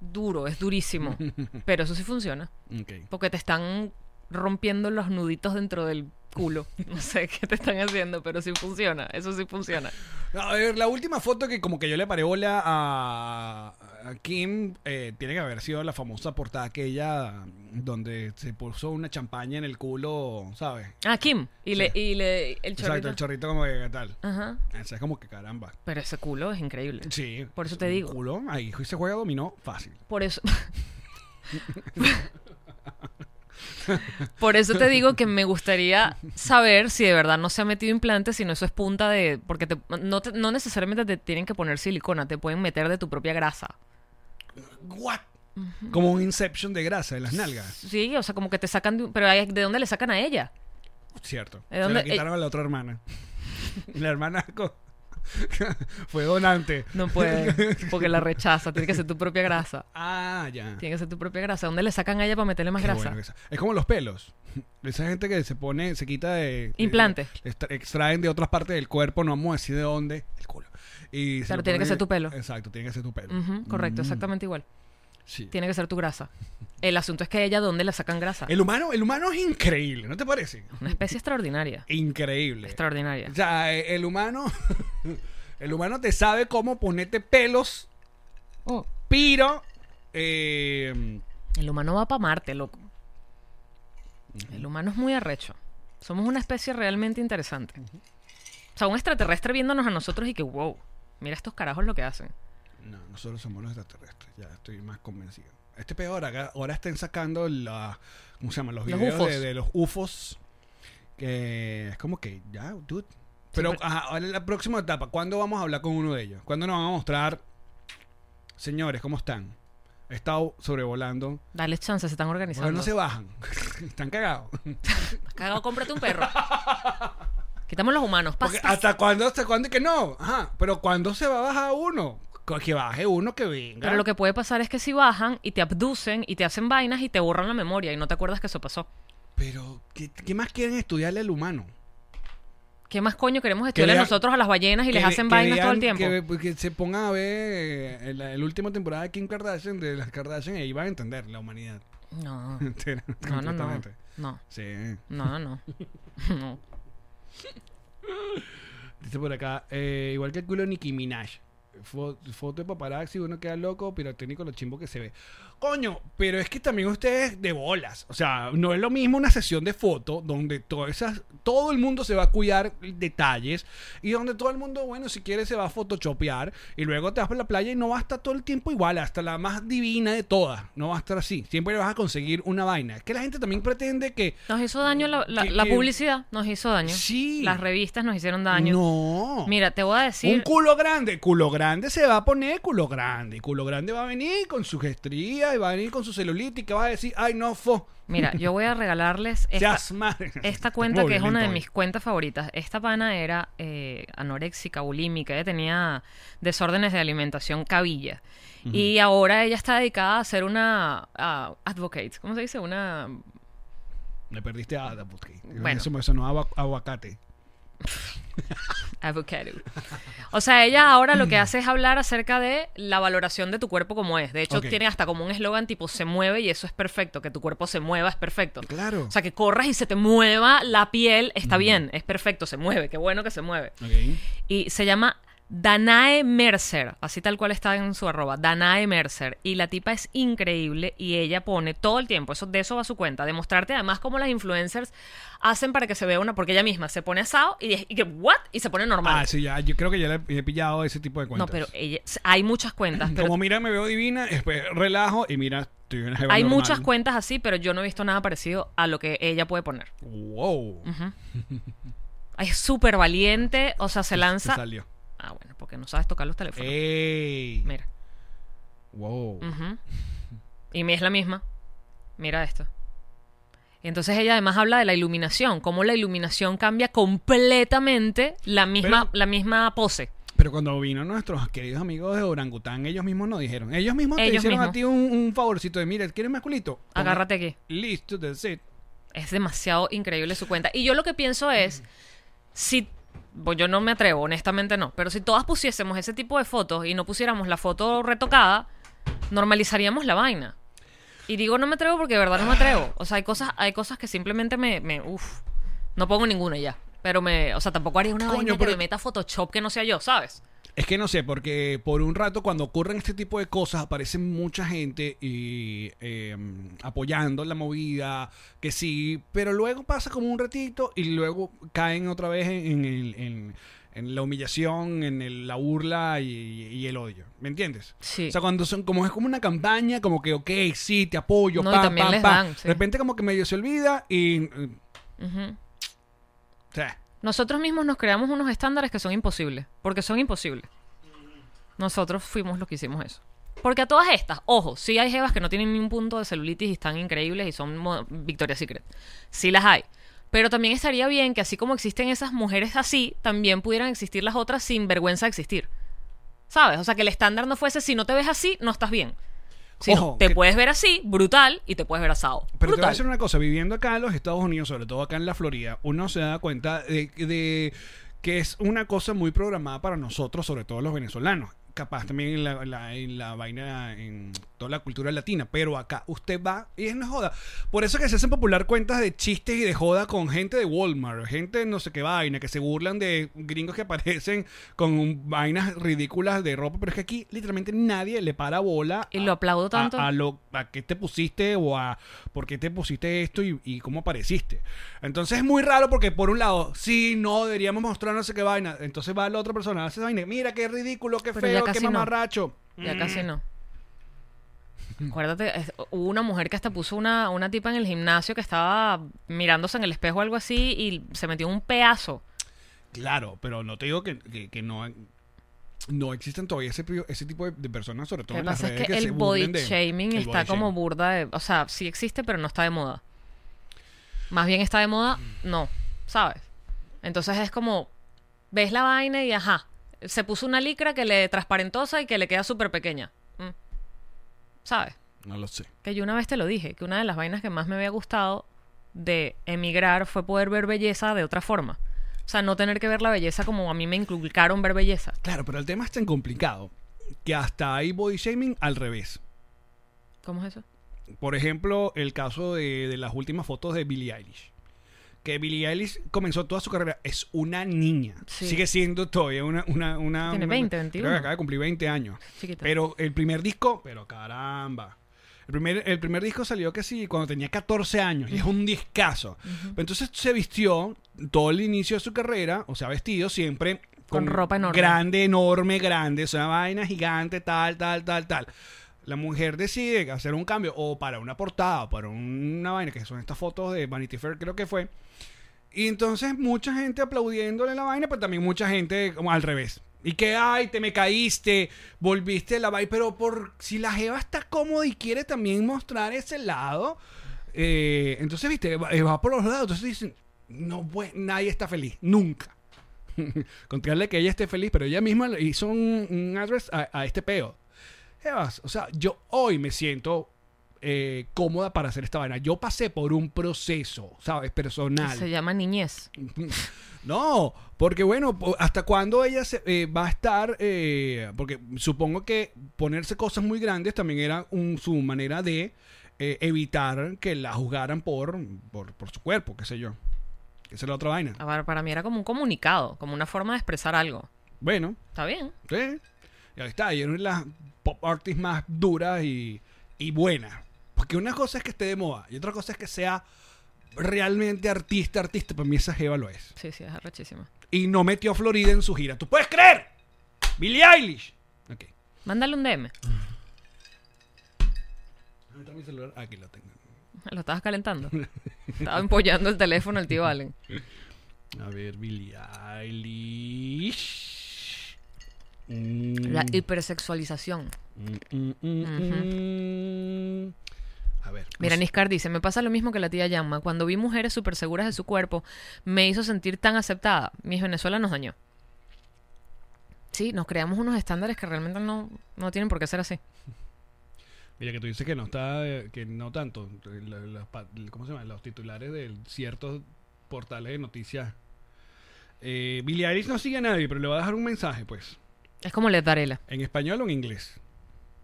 Speaker 5: Duro, es durísimo. Pero eso sí funciona.
Speaker 4: Ok.
Speaker 5: Porque te están rompiendo los nuditos dentro del culo. No sé qué te están haciendo, pero sí funciona. Eso sí funciona.
Speaker 4: A ver, la última foto que como que yo le paré bola a, a Kim eh, tiene que haber sido la famosa portada aquella donde se puso una champaña en el culo, ¿sabes?
Speaker 5: Ah, Kim. Y, le, y le, el
Speaker 4: Exacto,
Speaker 5: chorrito.
Speaker 4: el chorrito como que tal.
Speaker 5: Ajá.
Speaker 4: Eso es como que caramba.
Speaker 5: Pero ese culo es increíble.
Speaker 4: Sí.
Speaker 5: Por eso te
Speaker 4: Un
Speaker 5: digo.
Speaker 4: Culo, ahí se juega dominó fácil.
Speaker 5: Por eso. Por eso te digo que me gustaría saber si de verdad no se ha metido implante, sino eso es punta de. Porque te- no, te- no necesariamente te tienen que poner silicona, te pueden meter de tu propia grasa.
Speaker 4: What? Como un inception de grasa en las nalgas.
Speaker 5: Sí, o sea, como que te sacan. de un- pero hay- ¿de dónde le sacan a ella?
Speaker 4: Cierto.
Speaker 5: ¿De
Speaker 4: Se
Speaker 5: dónde? Eh,
Speaker 4: la quitaron a la otra hermana. la hermana co- Fue donante.
Speaker 5: No puede, porque la rechaza. Tiene que ser tu propia grasa.
Speaker 4: Ah, ya.
Speaker 5: Tiene que ser tu propia grasa. ¿Dónde le sacan a ella para meterle más
Speaker 4: Qué
Speaker 5: grasa?
Speaker 4: bueno que esa- es como los pelos. Esa gente que se pone, se quita de. de-
Speaker 5: Implante.
Speaker 4: extra- extraen de otras partes del cuerpo, no vamos a decir de dónde, el culo. Y se
Speaker 5: Claro,
Speaker 4: lo
Speaker 5: tiene que
Speaker 4: ponen-
Speaker 5: ser tu pelo.
Speaker 4: Exacto, tiene que ser tu pelo.
Speaker 5: Ujú,
Speaker 4: Mm.
Speaker 5: correcto, exactamente igual.
Speaker 4: Sí.
Speaker 5: Tiene que ser tu grasa. El asunto es que a ella, ¿dónde le sacan grasa?
Speaker 4: El humano, el humano es increíble, ¿no te parece?
Speaker 5: Una especie extraordinaria.
Speaker 4: Increíble.
Speaker 5: Extraordinaria.
Speaker 4: O sea, e- el humano. el humano te sabe cómo ponerte pelos. Pero. eh,
Speaker 5: El humano va para Marte, loco. El humano es muy arrecho. Somos una especie realmente interesante. O sea, un extraterrestre viéndonos a nosotros y que, wow, mira estos carajos lo que hacen.
Speaker 4: no, nosotros somos los extraterrestres. Ya estoy más convencido. Este peor, acá- ahora están sacando la, ¿cómo se llama? los
Speaker 5: Los
Speaker 4: videos
Speaker 5: UFOs.
Speaker 4: de, de los UFOs. Que es como que, ya, dude. Pero,
Speaker 5: pero-
Speaker 4: ajá, ahora la próxima etapa, ¿cuándo vamos a hablar con uno de ellos? ¿Cuándo nos van a mostrar? Señores, ¿cómo están? He estado sobrevolando.
Speaker 5: Dale chance, se están
Speaker 4: Porque
Speaker 5: organizando.
Speaker 4: no se bajan. están cagados.
Speaker 5: Cagado, cómprate un perro. Quitamos los humanos. Pas,
Speaker 4: Porque
Speaker 5: pas.
Speaker 4: ¿Hasta cuándo? ¿Hasta cuándo? Que no. Ajá. Pero ¿cuándo se va a bajar uno? Co- Que baje uno, que venga.
Speaker 5: Pero lo que puede pasar es que si bajan y te abducen y te hacen vainas y te borran la memoria y no te acuerdas que eso pasó.
Speaker 4: Pero, ¿qué, qué más quieren estudiarle al humano?
Speaker 5: ¿Qué más coño queremos estudiarle
Speaker 4: lea-
Speaker 5: nosotros a las ballenas y les
Speaker 4: Que-
Speaker 5: hacen
Speaker 4: que
Speaker 5: vainas todo el
Speaker 4: vean-
Speaker 5: tiempo?
Speaker 4: Que, que se pongan a ver eh, la, la última temporada de Kim Kardashian, de las Kardashian, y ahí van a entender la humanidad.
Speaker 5: No,
Speaker 4: entera,
Speaker 5: no, no, no.
Speaker 4: completamente.
Speaker 5: No,
Speaker 4: Sí.
Speaker 5: no, no. No.
Speaker 4: Dice por acá, eh, igual que el culo de Nicki Minaj. Fo- Foto de paparazzi, uno queda loco, pero técnico lo chimbo que se ve. Coño, pero es que también ustedes de bolas. O sea, no es lo mismo una sesión de foto donde todas esas, todo el mundo se va a cuidar detalles y donde todo el mundo, bueno, si quiere se va a photoshopear y luego te vas para la playa y no va a estar todo el tiempo igual, hasta la más divina de todas. No va a estar así. Siempre vas a conseguir una vaina. Es que la gente también pretende que
Speaker 5: Nos hizo daño la, la-
Speaker 4: Que-
Speaker 5: la
Speaker 4: que-
Speaker 5: publicidad, nos hizo daño.
Speaker 4: Sí.
Speaker 5: Las revistas nos hicieron daño.
Speaker 4: no.
Speaker 5: Mira, te voy a
Speaker 4: Un
Speaker 5: decir.
Speaker 4: culo grande, culo grande se va a poner culo grande. Y culo grande va a venir con su gestría y va a venir con su celulitis que va a decir, ay no, fo,
Speaker 5: Mira, yo voy a regalarles esta,
Speaker 4: seas madre.
Speaker 5: esta cuenta
Speaker 4: Muy
Speaker 5: que es una de
Speaker 4: violento
Speaker 5: mis cuentas favoritas. Esta pana era eh, anoréxica, bulímica, ella tenía desórdenes de alimentación cabilla. Y ahora ella está dedicada a ser una a advocate, ¿cómo se dice? Una
Speaker 4: hoy. Me perdiste a Ada porque
Speaker 5: Bueno.
Speaker 4: eso me sonó a agu- aguacate.
Speaker 5: Avocado. O sea, ella ahora lo que hace es hablar acerca de la valoración de tu cuerpo como es. De hecho,
Speaker 4: Ok.
Speaker 5: tiene hasta como un eslogan tipo se mueve y eso es perfecto, que tu cuerpo se mueva es perfecto.
Speaker 4: Claro.
Speaker 5: O sea, que corras y se te mueva la piel, está bien, es perfecto, se mueve, qué bueno que se mueve. Y se llama Danae Mercer, así tal cual está en su arroba, Danae Mercer. Y la tipa es increíble y ella pone todo el tiempo, eso, de eso va su cuenta, demostrarte además cómo las influencers hacen para que se vea una, porque ella misma se pone asado y, dice, y que, ¿what? Y se pone normal.
Speaker 4: Ah, sí, ya, yo creo que ya le he- he pillado ese tipo de
Speaker 5: no,
Speaker 4: cuentas.
Speaker 5: pero ella, hay muchas cuentas, pero
Speaker 4: Como mira, me veo divina, después relajo y mira, estoy una jeva
Speaker 5: hay
Speaker 4: normal.
Speaker 5: muchas cuentas así, pero yo no he visto nada parecido a lo que ella puede poner.
Speaker 4: Wow.
Speaker 5: Es súper valiente, o sea, se
Speaker 4: Se Eh.
Speaker 5: lanza...
Speaker 4: salió.
Speaker 5: Ah, bueno, porque no sabes tocar los teléfonos.
Speaker 4: ¡Ey!
Speaker 5: Mira.
Speaker 4: Wow.
Speaker 5: Ujú. Y me es la misma. Mira esto. Entonces ella además habla de la iluminación, cómo la iluminación cambia completamente la misma,
Speaker 4: Pero-
Speaker 5: la misma pose.
Speaker 4: Pero cuando vino nuestros queridos amigos de Orangután, ellos mismos nos dijeron. Ellos mismos te
Speaker 5: Ellos
Speaker 4: hicieron a
Speaker 5: mismos.
Speaker 4: ti un, un favorcito de, mira, ¿quieres más culito? Toma.
Speaker 5: Agárrate aquí.
Speaker 4: Listo, that's it.
Speaker 5: Es demasiado increíble su cuenta. Y yo lo que pienso es, si... bueno, yo no me atrevo, honestamente no. Pero si todas pusiésemos ese tipo de fotos y no pusiéramos la foto retocada, normalizaríamos la vaina. Y digo no me atrevo porque de verdad no me atrevo. O sea, hay cosas, hay cosas que simplemente me... me uf, no pongo ninguna ya. Pero me... O sea, tampoco haría una
Speaker 4: Coño,
Speaker 5: vaina
Speaker 4: pero-
Speaker 5: que me meta Photoshop que no sea yo, ¿sabes?
Speaker 4: Es que no sé, porque por un rato cuando ocurren este tipo de cosas aparece mucha gente y eh, apoyando la movida, que sí, pero luego pasa como un ratito y luego caen otra vez en, en el- en- en la humillación, en el- la burla y, y el odio. ¿Me entiendes?
Speaker 5: Sí.
Speaker 4: O sea, cuando son como es como una campaña, como que, ok, sí, te apoyo,
Speaker 5: No, y
Speaker 4: pam,
Speaker 5: también
Speaker 4: pam,
Speaker 5: les
Speaker 4: pam.
Speaker 5: dan, sí.
Speaker 4: De repente como que medio se olvida y... eh,
Speaker 5: Ujú.
Speaker 4: o sea,
Speaker 5: Nosotros mismos nos creamos unos estándares que son imposibles, porque son imposibles. Nosotros fuimos los que hicimos eso. Porque a todas estas, ojo, sí hay jevas que no tienen ni un punto de celulitis y están increíbles y son mo- Victoria's Secret. Sí las hay. Pero también estaría bien que así como existen esas mujeres así, también pudieran existir las otras sin vergüenza de existir. ¿Sabes? O sea, que el estándar no fuese si no te ves así, no estás bien. Sino,
Speaker 4: Ojo,
Speaker 5: te
Speaker 4: que-
Speaker 5: puedes ver así, brutal, y te puedes ver asado.
Speaker 4: Pero te voy a
Speaker 5: brutal.
Speaker 4: decir una cosa, viviendo acá en los Estados Unidos, sobre todo acá en la Florida, uno se da cuenta de, de que es una cosa muy programada para nosotros, sobre todo los venezolanos. Capaz también en la, la- en la vaina, en toda la cultura latina. Pero acá usted va y es una joda. Por eso que se hacen popular cuentas de chistes y de joda con gente de Walmart, gente no sé qué vaina, que se burlan de gringos que aparecen con vainas ridículas de ropa. Pero es que aquí literalmente nadie le para bola.
Speaker 5: Y lo
Speaker 4: a-
Speaker 5: aplaudo
Speaker 4: a-
Speaker 5: tanto.
Speaker 4: a lo a qué te pusiste o a por qué te pusiste esto y, y cómo apareciste. Entonces es muy raro porque por un lado, sí, no, deberíamos mostrar no sé qué vaina. Entonces va la otra persona, hace esa vaina, mira qué ridículo, qué
Speaker 5: Pero ya
Speaker 4: feo, qué
Speaker 5: casi no.
Speaker 4: mamarracho.
Speaker 5: Ya casi no. Acuérdate, es- hubo una mujer que hasta puso una, una tipa en el gimnasio que estaba mirándose en el espejo o algo así y se metió un pedazo.
Speaker 4: Claro, pero no te digo que, que- que no no existen todavía ese, pri- ese tipo de, de personas, sobre
Speaker 5: Lo
Speaker 4: todo
Speaker 5: que
Speaker 4: en las
Speaker 5: pasa
Speaker 4: redes
Speaker 5: es que,
Speaker 4: se
Speaker 5: el
Speaker 4: burlen
Speaker 5: body
Speaker 4: de-
Speaker 5: shaming
Speaker 4: el
Speaker 5: está
Speaker 4: body
Speaker 5: como
Speaker 4: shaming.
Speaker 5: burda de... O sea, sí existe, pero no está de moda. Más bien está de moda, no, ¿sabes? Entonces es como, ves la vaina y ajá, se puso una licra que le transparentosa y que le queda súper pequeña. Mm. ¿Sabes?
Speaker 4: No lo sé.
Speaker 5: Que yo una vez te lo dije, que una de las vainas que más me había gustado de emigrar fue poder ver belleza de otra forma. O sea, no tener que ver la belleza como a mí me inculcaron ver belleza.
Speaker 4: Claro, pero el tema es tan complicado que hasta hay body shaming al revés.
Speaker 5: ¿Cómo es eso?
Speaker 4: Por ejemplo, el caso de, de las últimas fotos de Billie Eilish. Que Billie Eilish comenzó toda su carrera. Es una niña.
Speaker 5: Sí.
Speaker 4: Sigue siendo todavía una... una, una
Speaker 5: Tiene
Speaker 4: una-
Speaker 5: 20,
Speaker 4: Creo
Speaker 5: 21.
Speaker 4: que acaba de cumplir 20 años.
Speaker 5: Chiquita.
Speaker 4: Pero el primer disco... Pero caramba. El primer, el primer disco salió que sí, cuando tenía 14 años. Y es un discazo. Pero Entonces se vistió todo el inicio de su carrera. O sea, vestido siempre...
Speaker 5: Con ropa enorme.
Speaker 4: Grande, enorme, grande. O sea, vaina gigante, tal, tal, tal, tal la mujer decide hacer un cambio o para una portada o para una vaina, que son estas fotos de Vanity Fair, creo que fue. Y entonces mucha gente aplaudiéndole la vaina, pero también mucha gente como al revés. Y que, ay, te me caíste, volviste a la vaina, pero por si la jeva está cómoda y quiere también mostrar ese lado, eh, entonces, viste, va, eh, va por los lados, entonces dicen, no, pues, nadie está feliz, nunca. Contarle que ella esté feliz, pero ella misma le hizo un, un address a, a este peo. Jevas, o sea, yo hoy me siento eh, cómoda para hacer esta vaina. Yo pasé por un proceso, ¿sabes? Personal.
Speaker 5: Se llama niñez.
Speaker 4: No, porque bueno, po- ¿hasta cuándo ella se, eh, va a estar? eh, porque supongo que ponerse cosas muy grandes también era un- su manera de eh, evitar que la juzgaran por, por, por su cuerpo, qué sé yo. Esa es la otra vaina.
Speaker 5: A ver, Para mí era como un comunicado, como una forma de expresar algo.
Speaker 4: Bueno,
Speaker 5: Está bien.
Speaker 4: sí. Y ahí está, y eran las pop artists más duras y, y buenas. Porque una cosa es que esté de moda y otra cosa es que sea realmente artista, artista. Para mí esa jeva lo es.
Speaker 5: Sí, sí, es arrechísima.
Speaker 4: y no metió a Florida en su gira. ¿Tú puedes creer? Billie Eilish. Ok.
Speaker 5: Mándale un DM.
Speaker 4: ¿Dónde está mi celular? Aquí lo tengo.
Speaker 5: Lo estabas calentando. Estaba empollando el teléfono al tío Allen.
Speaker 4: A ver, Billie Eilish. Mm,
Speaker 5: La hipersexualización.
Speaker 4: mm, mm, mm, mm. A ver. pues,
Speaker 5: Mira,
Speaker 4: no sé.
Speaker 5: Niscar dice, me pasa lo mismo que la tía Yamma. Cuando vi mujeres súper seguras de su cuerpo, me hizo sentir tan aceptada. Mis Venezuela nos dañó. Sí, nos creamos unos estándares que realmente no, no tienen por qué ser así.
Speaker 4: Mira, que tú dices que no está, eh, que no tanto. La- la- pa- ¿Cómo se llama? Los titulares de ciertos portales de noticias. Eh, Billie Eilish no sigue a nadie, pero le voy a dejar un mensaje, pues.
Speaker 5: Es como Led Varela,
Speaker 4: ¿En español o en inglés?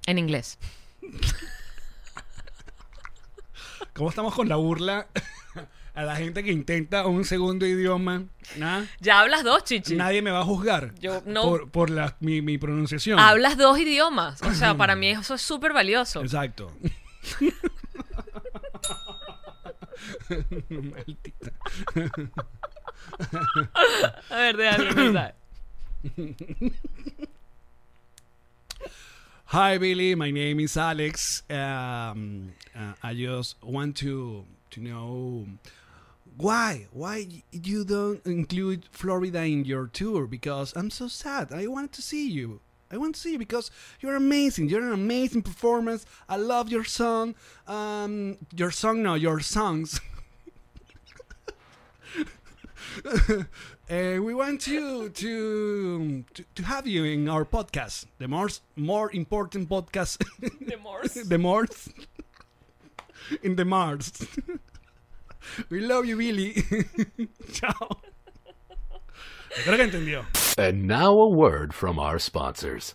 Speaker 5: en inglés.
Speaker 4: ¿Cómo estamos con la burla a la gente que intenta un segundo idioma? ¿Nah?
Speaker 5: Ya hablas dos, chichi.
Speaker 4: Nadie me va a juzgar
Speaker 5: Yo no.
Speaker 4: por, por la- mi, mi pronunciación.
Speaker 5: Hablas dos idiomas. O sea, para mí eso es súper valioso.
Speaker 4: Exacto. Maldita.
Speaker 5: A ver, déjame pensar.
Speaker 4: Hi Billy, my name is Alex. Um, uh, I just want to to know why why you don't include Florida in your tour because I'm so sad. I wanted to see you. I want to see you because you're amazing. You're an amazing performance. I love your song. Um, your song, no, your songs. Eh, we want to, to, to, to have you in our podcast, the most, more important podcast,
Speaker 5: De Morse.
Speaker 4: the Mars, in the Mars. we love you, Billy. Chao. Creo que entendió.
Speaker 6: And now a word from our sponsors.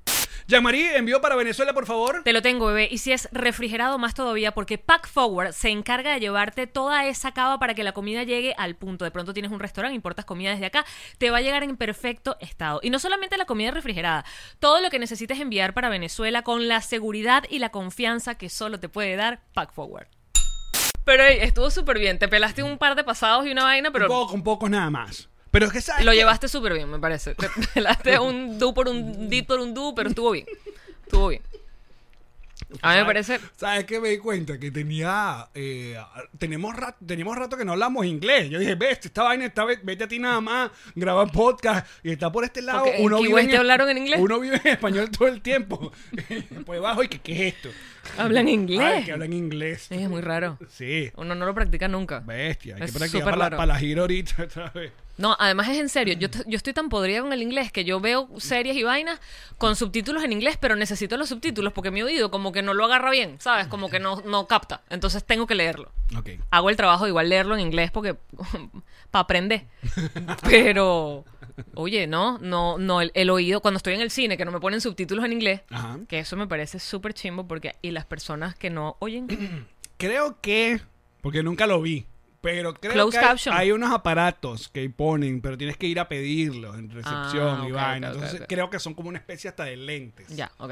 Speaker 4: Ya, Marí, envío para Venezuela, por favor.
Speaker 5: Te lo tengo, bebé. Y si es refrigerado, más todavía, porque Pack Forward se encarga de llevarte toda esa cava para que la comida llegue al punto. De pronto tienes un restaurante, importas comida desde acá, te va a llegar en perfecto estado. Y no solamente la comida refrigerada, todo lo que necesites enviar para Venezuela con la seguridad y la confianza que solo te puede dar Pack Forward. Pero ey, estuvo súper bien. Te pelaste un par de pasados y una vaina,
Speaker 4: Un
Speaker 5: pero
Speaker 4: poco, un poco nada más. Pero es que sabes.
Speaker 5: lo
Speaker 4: qué?
Speaker 5: llevaste súper bien, me parece. Te pelaste un do por un di por un do, pero estuvo bien. Estuvo bien. A mí me parece
Speaker 4: ¿Sabes qué me di cuenta? Que tenía. eh, tenemos rato, teníamos rato que no hablamos inglés. Yo dije, ves, esta vaina, esta vez, vete a ti nada más, graba podcast y está por este lado.
Speaker 5: Ok, ¿en Key West te hablaron en inglés?
Speaker 4: Uno vive en español todo el tiempo. pues bajo, ¿y que, qué es esto?
Speaker 5: Hablan
Speaker 4: Ay,
Speaker 5: inglés.
Speaker 4: que hablan inglés.
Speaker 5: es muy raro.
Speaker 4: Sí,
Speaker 5: Uno no lo practica nunca.
Speaker 4: bestia. Hay
Speaker 5: Es
Speaker 4: que practicar
Speaker 5: súper
Speaker 4: para, la-
Speaker 5: raro.
Speaker 4: para la gira ahorita otra vez.
Speaker 5: No, además es en serio. Yo, t- yo estoy tan podrida con el inglés que yo veo series y vainas con subtítulos en inglés, pero necesito los subtítulos porque mi oído como que no lo agarra bien, ¿sabes? Como que no, no capta. Entonces tengo que leerlo.
Speaker 4: Ok.
Speaker 5: Hago el trabajo de igual leerlo en inglés porque para aprender. Pero, oye, no, no, no, el, el oído, cuando estoy en el cine, que no me ponen subtítulos en inglés,
Speaker 4: Ajá.
Speaker 5: que eso me parece súper chimbo porque, y las personas que no oyen,
Speaker 4: Creo que. Porque nunca lo vi. Pero creo
Speaker 5: Closed
Speaker 4: que hay,
Speaker 5: caption.
Speaker 4: hay unos aparatos que ponen, pero tienes que ir a pedirlos en recepción
Speaker 5: Ah,
Speaker 4: y
Speaker 5: ok,
Speaker 4: vaina.
Speaker 5: ok, ok,
Speaker 4: Entonces
Speaker 5: ok.
Speaker 4: creo que son como una especie hasta de lentes.
Speaker 5: ya, ok.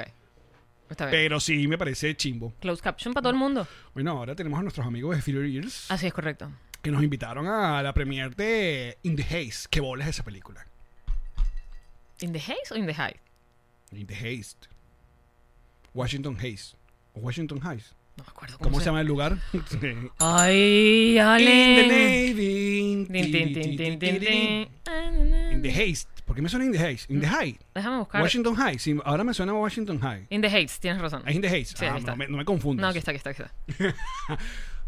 Speaker 5: Está bien.
Speaker 4: Pero sí, me parece chimbo.
Speaker 5: Closed caption para todo el mundo.
Speaker 4: Bueno, ahora tenemos a nuestros amigos de Fury Years
Speaker 5: Así es correcto.
Speaker 4: que nos invitaron a la premiere de In the Haze. ¿Qué bola es esa película?
Speaker 5: ¿In the haze o in the high?
Speaker 4: In the Haze. Washington Haze. O Washington Haze.
Speaker 5: No me acuerdo
Speaker 4: ¿Cómo se llama el lugar?
Speaker 5: Ay, Ale.
Speaker 4: In the
Speaker 5: Tin, tin, tin, tin, tin,
Speaker 4: Navy.
Speaker 5: tin. Ah, na, na.
Speaker 4: In the Haze. ¿Por qué me suena In the Haze? In the
Speaker 5: Mm.
Speaker 4: High.
Speaker 5: Déjame buscar.
Speaker 4: Washington High. Sí, ahora me suena a Washington High.
Speaker 5: In the haze, tienes razón.
Speaker 4: Es In the Haze.
Speaker 5: Sí,
Speaker 4: Ah,
Speaker 5: ahí
Speaker 4: no,
Speaker 5: está.
Speaker 4: me, no me confundas.
Speaker 5: No, aquí está, aquí está, aquí está.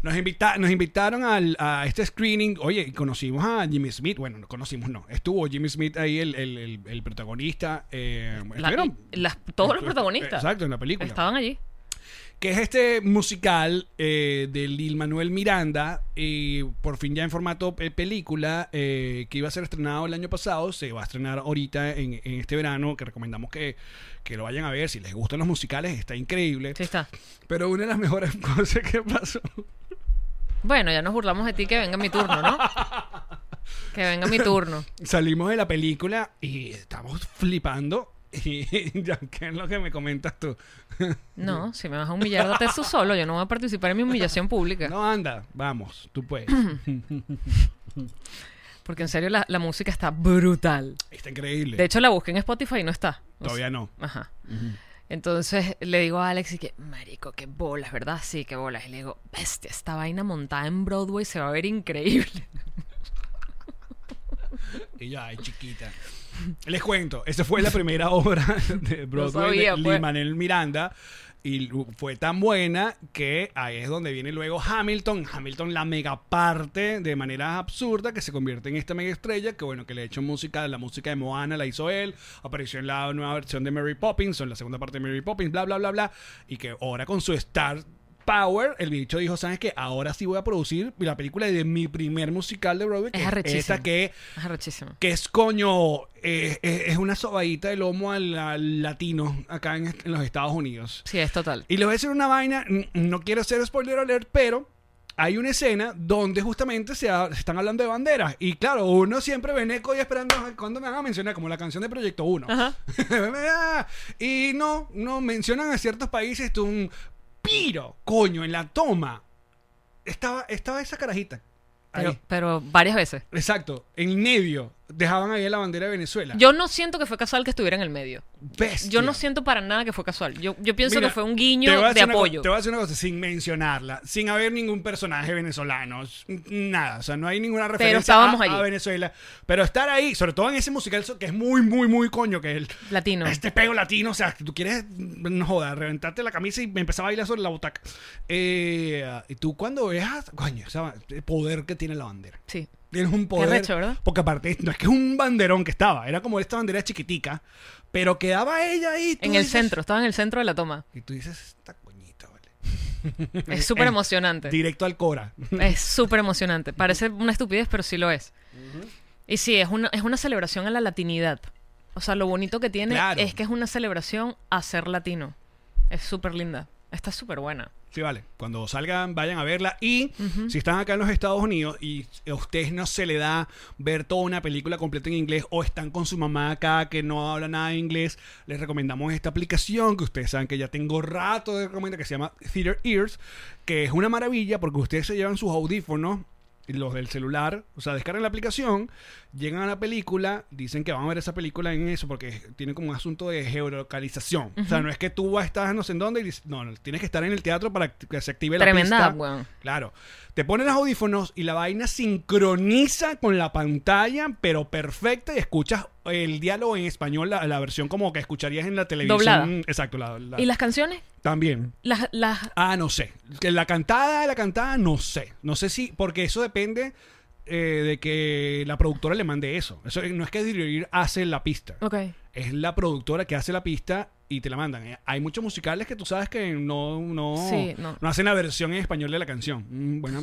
Speaker 4: Nos, invita- nos invitaron al- a este screening. Oye, y conocimos a Jimmy Smith. Bueno, no conocimos, no. Estuvo Jimmy Smith ahí, el, el- el- el protagonista. eh,
Speaker 5: La-
Speaker 4: estuvieron-
Speaker 5: y- las- todos los
Speaker 4: estu-
Speaker 5: protagonistas
Speaker 4: Exacto, en la película.
Speaker 5: estaban allí.
Speaker 4: Que es este musical eh, de Lil Manuel Miranda. Y por fin ya en formato eh, película. eh, que iba a ser estrenado el año pasado. Se va a estrenar ahorita en, en este verano. Que recomendamos que, que lo vayan a ver. Si les gustan los musicales, está increíble.
Speaker 5: Sí está.
Speaker 4: Pero una de las mejores cosas que pasó.
Speaker 5: Bueno, ya nos burlamos de ti, que venga mi turno, ¿no? que venga mi turno.
Speaker 4: Salimos de la película y estamos flipando. Y ya, ¿qué es lo que me comentas tú?
Speaker 5: No, si me vas a humillar, date tú solo. Yo no voy a participar en mi humillación pública.
Speaker 4: No, anda, vamos, tú puedes.
Speaker 5: Porque en serio, la, la música está brutal.
Speaker 4: Está increíble.
Speaker 5: De hecho, la busqué en Spotify y no está. O sea,
Speaker 4: Todavía no.
Speaker 5: Ajá. Entonces le digo a Alex y que, marico, qué bolas, ¿verdad? Sí, qué bolas. Y le digo, bestia, esta vaina montada en Broadway se va a ver increíble.
Speaker 4: Y yo, ay, chiquita. Les cuento, esa fue la primera obra de Broadway
Speaker 5: sabía,
Speaker 4: de
Speaker 5: pues.
Speaker 4: Lin-Manuel Miranda. Y lu- fue tan buena que ahí es donde viene luego Hamilton. Hamilton, la mega parte de manera absurda que se convierte en esta mega estrella. Que bueno, que le ha hecho música, la música de Moana la hizo él. Apareció en la nueva versión de Mary Poppins, o en la segunda parte de Mary Poppins, bla, bla, bla, bla. Y que ahora con su star Power, el bicho dijo, ¿sabes qué? Ahora sí voy a producir la película de mi primer musical de Broadway, que
Speaker 5: Es
Speaker 4: es
Speaker 5: arrechísimo.
Speaker 4: esta que,
Speaker 5: Es arrechísimo.
Speaker 4: que es coño, eh, es, es una sobadita de lomo al, al latino acá en, est- en los Estados Unidos.
Speaker 5: Sí, es total.
Speaker 4: Y les voy a decir una vaina, n- no quiero ser spoiler alert, pero hay una escena donde justamente se, ha- se están hablando de banderas. Y claro, uno siempre ve Neko y esperando "Ay, cuándo me van a mencionar, como la canción de Proyecto 1. y no, no mencionan a ciertos países tú, un piro, coño, en la toma. Estaba, estaba esa carajita. Ahí.
Speaker 5: Pero, pero varias veces.
Speaker 4: Exacto, en medio dejaban ahí la bandera de Venezuela.
Speaker 5: Yo no siento que fue casual que estuviera en el medio.
Speaker 4: Bestia.
Speaker 5: Yo no siento para nada que fue casual. Yo, yo pienso
Speaker 4: Mira,
Speaker 5: que fue un
Speaker 4: te voy a
Speaker 5: guiño de
Speaker 4: decir una
Speaker 5: apoyo.
Speaker 4: co- te voy a decir una cosa, sin mencionarla, sin haber ningún personaje venezolano, s- nada, o sea, no hay ninguna referencia
Speaker 5: estábamos
Speaker 4: a,
Speaker 5: allí.
Speaker 4: a Venezuela. Pero estar ahí, sobre todo en ese musical so- que es muy, muy, muy coño, que es el
Speaker 5: Latino.
Speaker 4: Este pego latino, o sea, que tú quieres, no jodas, reventarte la camisa y me empezaba a bailar sobre la butaca. Eh, y tú cuando veas, coño, o sea, el poder que tiene la bandera.
Speaker 5: Sí.
Speaker 4: Tienes un poder.
Speaker 5: recho, ¿verdad?
Speaker 4: Porque aparte, no es que es un banderón que estaba, era como esta bandera chiquitica, pero quedaba ella ahí. tú
Speaker 5: En el
Speaker 4: dices-
Speaker 5: centro, estaba en el centro de la toma.
Speaker 4: y tú dices, está coñita, vale.
Speaker 5: Es súper
Speaker 4: Eh,
Speaker 5: emocionante.
Speaker 4: Directo al Cora.
Speaker 5: Es súper emocionante. Parece una estupidez, pero sí lo es. Y sí, es una, es una celebración a la latinidad. O sea, lo bonito que tiene
Speaker 4: Claro.
Speaker 5: es que es una celebración a ser latino. Es súper linda. Está súper buena.
Speaker 4: Sí, vale. Cuando salgan, vayan a verla. Y si están acá en los Estados Unidos y a ustedes no se le da ver toda una película completa en inglés o están con su mamá acá que no habla nada de inglés, les recomendamos esta aplicación que ustedes saben que ya tengo rato de recomendar que se llama Theater Ears, que es una maravilla porque ustedes se llevan sus audífonos los del celular, o sea, descargan la aplicación, llegan a la película, dicen que van a ver esa película en eso, porque tiene como un asunto de geolocalización. O sea, no es que tú vas- estás no sé en dónde y dices, no, no, tienes que estar en el teatro para que se active la
Speaker 5: Tremenda,
Speaker 4: pista.
Speaker 5: weón.
Speaker 4: Claro. Te ponen los audífonos y la vaina sincroniza con la pantalla, pero perfecta, y escuchas el diálogo en español, la, la versión como que escucharías en la televisión.
Speaker 5: Doblada.
Speaker 4: Exacto, la, la-
Speaker 5: ¿Y las canciones?
Speaker 4: también.
Speaker 5: Las, las,
Speaker 4: Ah, no sé. Que La cantada, la cantada, no sé. No sé si, porque eso depende eh, de que la productora le mande eso. Eso eh, no es que dirigir hace la pista.
Speaker 5: Ok.
Speaker 4: Es la productora que hace la pista y te la mandan. Eh, Hay muchos musicales que tú sabes que no, no,
Speaker 5: Sí, no.
Speaker 4: hacen la versión en español de la canción. Mm, Bueno,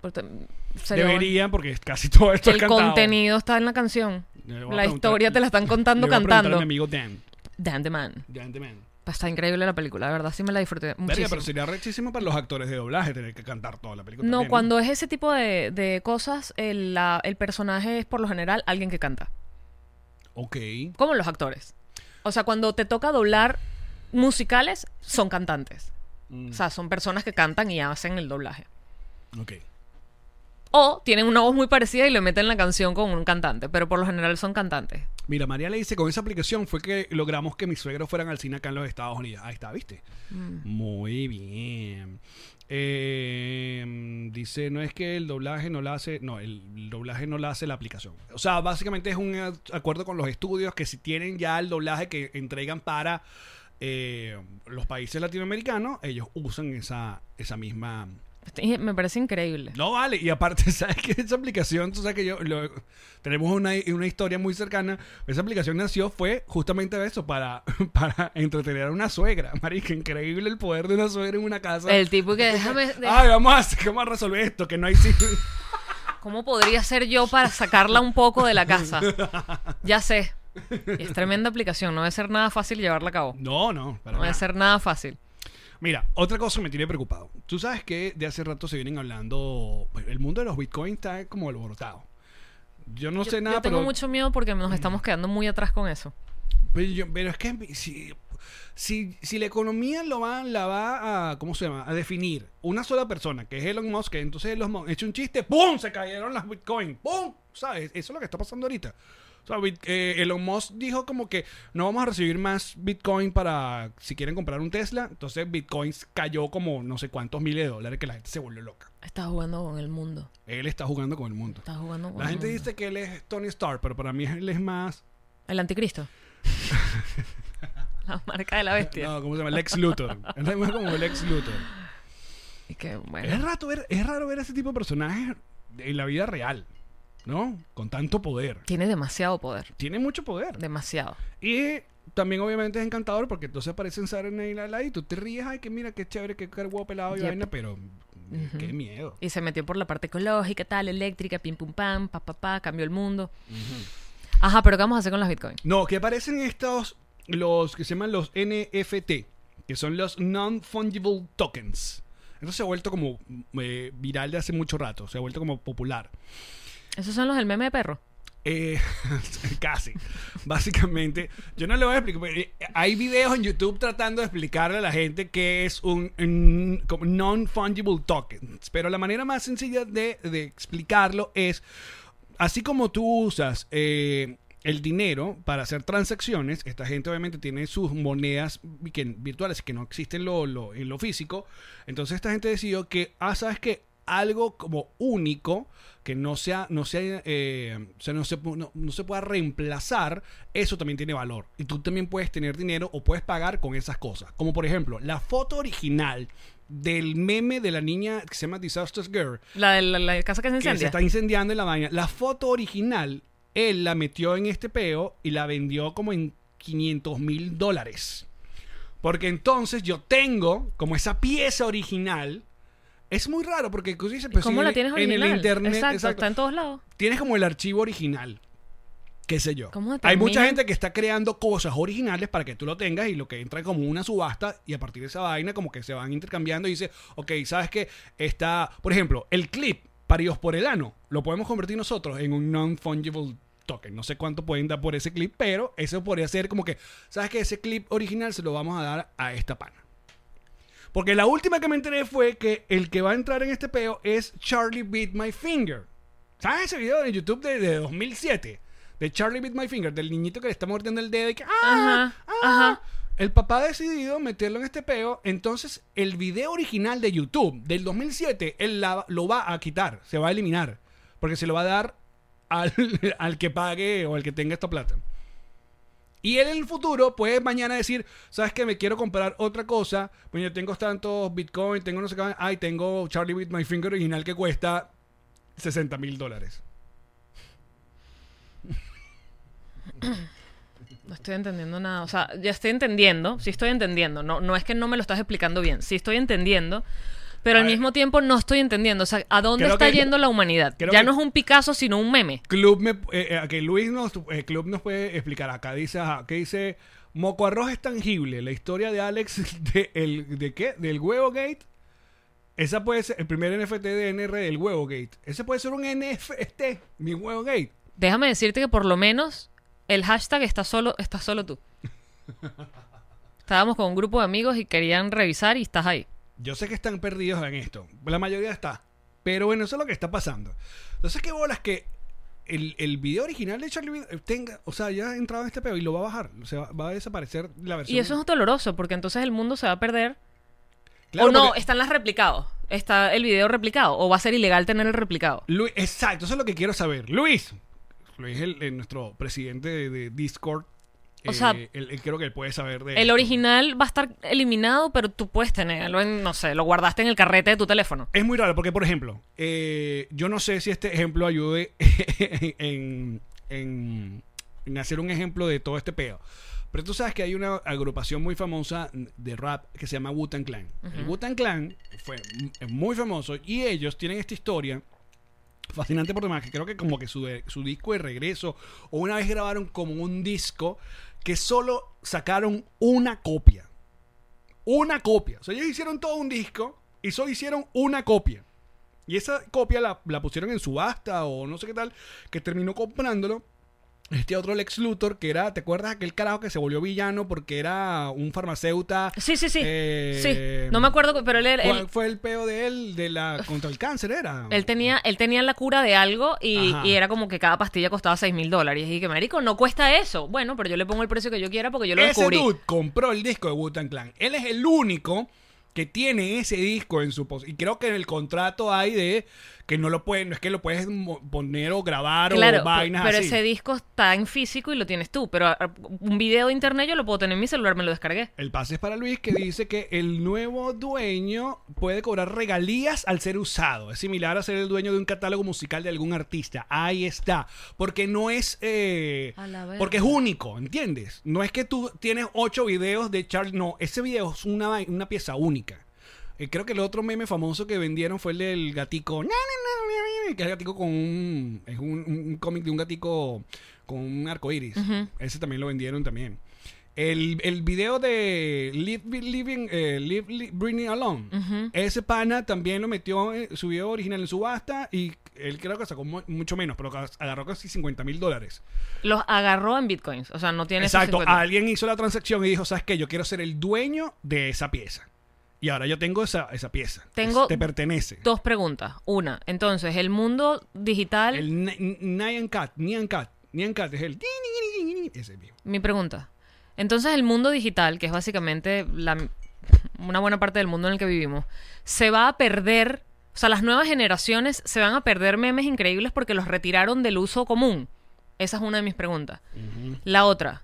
Speaker 5: Pero te- sería bueno.
Speaker 4: deberían porque casi todo esto
Speaker 5: El
Speaker 4: es cantado.
Speaker 5: contenido está en la canción.
Speaker 4: Le voy a
Speaker 5: La
Speaker 4: preguntar-
Speaker 5: historia te la están contando
Speaker 4: le voy a preguntar
Speaker 5: cantando.
Speaker 4: A mi amigo Dan.
Speaker 5: Dan the Man. Pues
Speaker 4: Dan the Man.
Speaker 5: Está increíble la película, de verdad, sí me la disfruté
Speaker 4: Verga,
Speaker 5: muchísimo.
Speaker 4: pero sería rechísimo para los actores de doblaje tener que cantar toda la película.
Speaker 5: No,
Speaker 4: también,
Speaker 5: cuando es ese tipo de, de cosas, el, la- el personaje es por lo general alguien que canta,
Speaker 4: Ok.
Speaker 5: como los actores. O sea, cuando te toca doblar musicales, son cantantes.
Speaker 4: Mm.
Speaker 5: O sea, son personas que cantan y hacen el doblaje.
Speaker 4: Ok.
Speaker 5: O tienen una voz muy parecida y le meten la canción con un cantante, pero por lo general son cantantes.
Speaker 4: Mira, María le dice, con esa aplicación fue que logramos que mis suegros fueran al cine acá en los Estados Unidos. Ahí está, ¿viste? Muy bien. Eh, dice, no es que el doblaje no la hace, no, el doblaje no la hace la aplicación. O sea, básicamente es un eh, acuerdo con los estudios que si tienen ya el doblaje que entregan para eh, los países latinoamericanos, ellos usan esa, esa misma...
Speaker 5: Y Me parece increíble.
Speaker 4: No vale, y aparte, ¿sabes que Esa aplicación, tú sabes que yo lo- tenemos una, una historia muy cercana. Esa aplicación nació fue justamente eso, para, para entretener a una suegra. Marica, increíble el poder de una suegra en una casa.
Speaker 5: El tipo que déjame...
Speaker 4: Ay, vamos a, hacer- vamos a resolver esto, que no hay sitio.
Speaker 5: ¿Cómo podría ser yo para sacarla un poco de la casa? Ya sé. Y es tremenda aplicación, no debe ser nada fácil llevarla a cabo.
Speaker 4: No, no, para
Speaker 5: No debe
Speaker 4: nada.
Speaker 5: ser nada fácil.
Speaker 4: Mira, otra cosa que me tiene preocupado. Tú sabes que de hace rato se vienen hablando. pues, El mundo de los bitcoins está como alborotado. Yo no sé
Speaker 5: yo,
Speaker 4: nada,
Speaker 5: yo tengo
Speaker 4: pero. Mm.
Speaker 5: mucho miedo porque nos estamos quedando muy atrás con eso.
Speaker 4: Pero, yo- pero es que si, si, si la economía lo va, la va a, ¿cómo se llama? A definir una sola persona, que es Elon Musk, que entonces Elon Musk hecho un chiste, ¡pum! Se cayeron las Bitcoin, ¡pum! ¿Sabes? Eso es lo que está pasando ahorita. O sea, Bit- eh, Elon Musk dijo como que no vamos a recibir más Bitcoin para si quieren comprar un Tesla. Entonces Bitcoin cayó como no sé cuántos miles de dólares que la gente se volvió loca.
Speaker 5: Estás jugando con el mundo.
Speaker 4: Él está jugando con el mundo.
Speaker 5: Estás jugando con
Speaker 4: La
Speaker 5: el
Speaker 4: gente
Speaker 5: mundo.
Speaker 4: dice que él es Tony Stark, pero para mí él es más...
Speaker 5: El anticristo. la marca de la bestia.
Speaker 4: No, ¿cómo se llama? Lex Luthor. Él es más como Lex Luthor.
Speaker 5: Y que, bueno.
Speaker 4: Es raro ver, es raro ver ese tipo de personajes en la vida real, ¿no? Con tanto poder.
Speaker 5: Tiene demasiado poder.
Speaker 4: Tiene mucho poder.
Speaker 5: Demasiado.
Speaker 4: Y también obviamente es encantador porque entonces aparecen Saturday Night Live y tú te ríes, ay, que mira, qué chévere, qué huevo pelado y
Speaker 5: Yep.
Speaker 4: vaina, pero eh, qué miedo.
Speaker 5: Y se metió por la parte ecológica, tal, eléctrica, pim pum pam, pa pa pa, cambió el mundo. Ajá, pero ¿qué vamos a hacer con las bitcoins?
Speaker 4: No, que aparecen estos, los que se llaman los NFT, que son los Non-Fungible Tokens. Eso se ha vuelto como eh, viral de hace mucho rato, se ha vuelto como popular.
Speaker 5: Esos son los del meme de perro.
Speaker 4: Eh, casi. Básicamente, yo no le voy a explicar. pero, eh, Hay videos en YouTube tratando de explicarle a la gente qué es un, un como non-fungible token. Pero la manera más sencilla de, de explicarlo es, así como tú usas eh, el dinero para hacer transacciones, esta gente obviamente tiene sus monedas vi- que- virtuales que no existen lo- lo- en lo físico. Entonces esta gente decidió que, ah, ¿sabes qué? algo como único que no sea no sea, eh, o sea, no, se, pu- no- no se pueda reemplazar eso también tiene valor y tú también puedes tener dinero o puedes pagar con esas cosas como por ejemplo la foto original del meme de la niña que se llama Disastrous Girl
Speaker 5: La de la, la casa que se
Speaker 4: que se
Speaker 5: incendia.
Speaker 4: está incendiando en la vaina la foto original él la metió en este peo y la vendió como en 500 mil dólares porque entonces yo tengo como esa pieza original es muy raro porque pues, tú dices, pero si
Speaker 5: ¿Cómo
Speaker 4: en
Speaker 5: la
Speaker 4: el-
Speaker 5: tienes original?
Speaker 4: En el internet,
Speaker 5: Exacto,
Speaker 4: exacto.
Speaker 5: está en todos lados.
Speaker 4: Tienes como el archivo original. Qué sé yo.
Speaker 5: ¿Cómo
Speaker 4: Hay
Speaker 5: determinan?
Speaker 4: mucha gente que está creando cosas originales para que tú lo tengas y lo que entra es como una subasta y a partir de esa vaina como que se van intercambiando y dice, ok, ¿sabes qué? Está, por ejemplo, el clip paridos por el ano, lo podemos convertir nosotros en un non-fungible token. No sé cuánto pueden dar por ese clip, pero eso podría ser como que, ¿sabes qué? Ese clip original se lo vamos a dar a esta pana. Porque la última que me enteré fue que el que va a entrar en este peo es Charlie Beat My Finger. ¿Sabes ese video de YouTube de, de 2007? De Charlie Beat My Finger, del niñito que le está mordiendo el dedo y que... ¡Ah!
Speaker 5: Ajá,
Speaker 4: ¡Ah!
Speaker 5: ajá.
Speaker 4: El papá ha decidido meterlo en este peo, entonces el video original de YouTube del 2007, él la- lo va a quitar, se va a eliminar, porque se lo va a dar al, al que pague o al que tenga esta plata. Y él en el futuro puede mañana decir, ¿sabes qué? Me quiero comprar otra cosa. Pues yo tengo tantos Bitcoin, tengo no sé qué. Ay, tengo Charlie with My Finger original que cuesta 60 mil dólares.
Speaker 5: No estoy entendiendo nada. O sea, ya estoy entendiendo. Sí estoy entendiendo. No, no es que no me lo estás explicando bien. Sí estoy entendiendo. Pero
Speaker 4: A
Speaker 5: al
Speaker 4: ver.
Speaker 5: mismo tiempo no estoy entendiendo. O sea, ¿a dónde
Speaker 4: Creo
Speaker 5: está
Speaker 4: que-
Speaker 5: yendo la humanidad?
Speaker 4: creo
Speaker 5: Ya
Speaker 4: que-
Speaker 5: no es un Picasso, sino un meme.
Speaker 4: Club me, eh, eh, que Luis nos, eh, Club nos puede explicar acá. Dice, ajá, que dice, Moco Arroz es tangible. La historia de Alex de, el, de qué? Del huevo gate. Esa puede ser el primer NFT de NR del huevo gate. Ese puede ser un NFT, mi huevo gate.
Speaker 5: Déjame decirte que por lo menos el hashtag está solo, está solo tú. Estábamos con un grupo de amigos y querían revisar y estás ahí.
Speaker 4: Yo sé que están perdidos en esto. La mayoría está. Pero bueno, eso es lo que está pasando. Entonces, qué bolas que el, el video original de Charlie Bid- eh, tenga. O sea, ya ha entrado en este peo y lo va a bajar. O sea, va a desaparecer la versión.
Speaker 5: Y eso es doloroso porque entonces el mundo se va a perder.
Speaker 4: Claro,
Speaker 5: o no,
Speaker 4: porque-
Speaker 5: están las replicados. Está el video replicado. O va a ser ilegal tener el replicado.
Speaker 4: Luis, exacto, eso es lo que quiero saber. Luis. Luis, el, el- nuestro presidente de, de Discord.
Speaker 5: O
Speaker 4: eh,
Speaker 5: sea,
Speaker 4: él, él creo que él puede saber de.
Speaker 5: El
Speaker 4: esto.
Speaker 5: original va a estar eliminado, pero tú puedes tenerlo en, no sé, lo guardaste en el carrete de tu teléfono.
Speaker 4: Es muy raro, porque, por ejemplo, eh, yo no sé si este ejemplo ayude en, en- en hacer un ejemplo de todo este peo. Pero tú sabes que hay una agrupación muy famosa de rap que se llama Wu-Tang Clan. El Wu-Tang Clan fue m- muy famoso y ellos tienen esta historia fascinante por demás, que creo que como que su, su disco de regreso, o una vez grabaron como un disco que solo sacaron una copia. Una copia. O sea, ellos hicieron todo un disco y solo hicieron una copia. Y esa copia la, la pusieron en subasta o no sé qué tal, que terminó comprándolo Este otro Lex Luthor, que era, ¿te acuerdas aquel carajo que se volvió villano porque era un farmacéuta?
Speaker 5: Sí, sí, sí.
Speaker 4: Eh,
Speaker 5: sí. No me acuerdo, pero él, él-
Speaker 4: ¿Cuál fue el peo de él? De la, contra el cáncer era.
Speaker 5: él tenía, él tenía la cura de algo y,
Speaker 4: Ajá.
Speaker 5: y era como que cada pastilla costaba 6 mil dólares. Y que marico, no cuesta eso. Bueno, pero yo le pongo el precio que yo quiera porque yo lo
Speaker 4: Ese
Speaker 5: descubrí.
Speaker 4: dude compró el disco de Wu-Tang Clan. Él es el único que tiene ese disco en su pos y creo que en el contrato hay de que no lo pueden no es que lo puedes mo- poner o grabar o
Speaker 5: Claro,
Speaker 4: vainas
Speaker 5: pero
Speaker 4: así.
Speaker 5: ese disco está en físico y lo tienes tú. Pero ah, un video de internet yo lo puedo tener en mi celular, me lo descargué.
Speaker 4: El pase es para Luis que dice que el nuevo dueño puede cobrar regalías al ser usado. Es similar a ser el dueño de un catálogo musical de algún artista. Ahí está. Porque no es... eh,
Speaker 5: A la verga.
Speaker 4: porque es único, ¿entiendes? No es que tú tienes ocho videos de Charles... No, ese video es una, vai- una pieza única. Eh, creo que el otro meme famoso que vendieron fue el del gatico. Que es el gatico con un... Es un, un cómic de un gatico con un arco iris. Ese también lo vendieron también. El, el video de Live, Be- Living, eh, Live, Li- Britney Alone, ese pana también lo metió, eh, su video original en subasta y él creo que sacó mu- mucho menos, pero ca- agarró casi 50 mil dólares.
Speaker 5: Los agarró en bitcoins. O sea, no tiene esos
Speaker 4: Exacto,
Speaker 5: 50.
Speaker 4: alguien hizo la transacción y dijo, ¿sabes qué? Yo quiero ser el dueño de esa pieza. Y ahora yo tengo esa, esa pieza.
Speaker 5: Tengo
Speaker 4: Es- Te pertenece.
Speaker 5: Dos preguntas. Una, entonces, el mundo digital.
Speaker 4: El Ni- Ni- Nyan Cat, Nyan Cat, Nyan Cat es el... Ese mismo.
Speaker 5: Mi pregunta. Entonces, el mundo digital, que es básicamente la- una buena parte del mundo en el que vivimos, se va a perder. O sea, las nuevas generaciones se van a perder memes increíbles porque los retiraron del uso común. Esa es una de mis preguntas. La otra,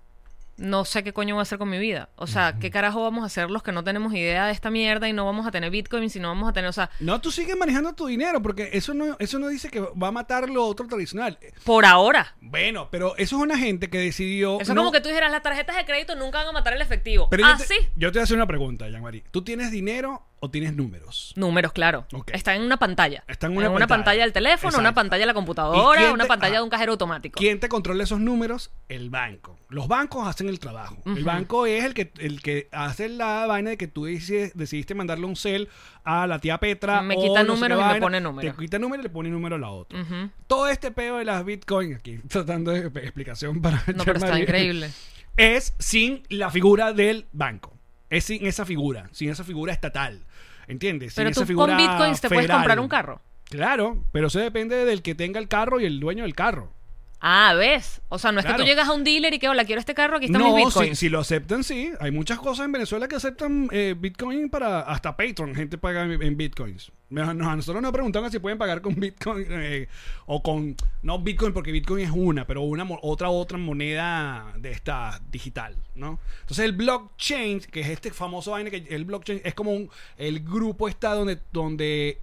Speaker 5: no sé qué coño voy a hacer con mi vida. O sea, ¿qué carajo vamos a hacer los que no tenemos idea de esta mierda y no vamos a tener Bitcoin y no vamos a tener. O sea,
Speaker 4: No, tú sigues manejando tu dinero porque eso no, eso no dice que va a matar lo otro tradicional.
Speaker 5: por ahora.
Speaker 4: Bueno, pero eso es una gente que decidió.
Speaker 5: Eso es
Speaker 4: no-
Speaker 5: como que tú dijeras, las tarjetas de crédito nunca van a matar el efectivo.
Speaker 4: Pero yo
Speaker 5: ah,
Speaker 4: te-
Speaker 5: sí.
Speaker 4: Yo te voy a hacer una pregunta, Jean-Marie. ¿Tú tienes dinero o tienes números?
Speaker 5: Números, claro.
Speaker 4: Ok.
Speaker 5: Está en una pantalla.
Speaker 4: Está en una pantalla.
Speaker 5: pantalla. del teléfono,
Speaker 4: Exacto.
Speaker 5: una pantalla de la
Speaker 4: ¿Y
Speaker 5: computadora,
Speaker 4: quién
Speaker 5: una
Speaker 4: te-
Speaker 5: pantalla
Speaker 4: ah.
Speaker 5: de un cajero automático.
Speaker 4: ¿Quién te controla esos números? El banco. Los bancos hacen el trabajo. El banco es el que, el que hace la vaina de que tú dices- decidiste mandarle un cel a la tía Petra.
Speaker 5: Me
Speaker 4: o
Speaker 5: quita
Speaker 4: no sé
Speaker 5: números
Speaker 4: qué
Speaker 5: y me
Speaker 4: vaina.
Speaker 5: pone números.
Speaker 4: Te quita número y le pone número a la otra.
Speaker 5: Ujú.
Speaker 4: Todo este peo de las bitcoins, aquí tratando de explicación para.
Speaker 5: No, pero está
Speaker 4: Jean-Marie.
Speaker 5: increíble.
Speaker 4: es sin la figura del banco. Es sin esa figura, sin esa figura estatal. ¿Entiendes? Sin
Speaker 5: Pero
Speaker 4: esa
Speaker 5: tú con
Speaker 4: figura
Speaker 5: bitcoins te puedes
Speaker 4: federal.
Speaker 5: comprar un carro.
Speaker 4: Claro, pero eso depende del que tenga el carro y el dueño del carro.
Speaker 5: Ah, ¿ves? O sea, no es
Speaker 4: Claro.
Speaker 5: que tú llegas a un dealer y que, hola, quiero este carro, aquí están
Speaker 4: no,
Speaker 5: mis
Speaker 4: si,
Speaker 5: bitcoins.
Speaker 4: si lo aceptan, sí. Hay muchas cosas en Venezuela que aceptan eh, bitcoin para hasta Patreon. Gente paga en, en bitcoins. Me- A nosotros nos preguntaron si pueden pagar con bitcoin eh, o con... No bitcoin porque bitcoin es una, pero una mo- otra otra moneda de esta digital, ¿no? Entonces el blockchain, que es este famoso vaina que el blockchain es como un, el grupo está donde, donde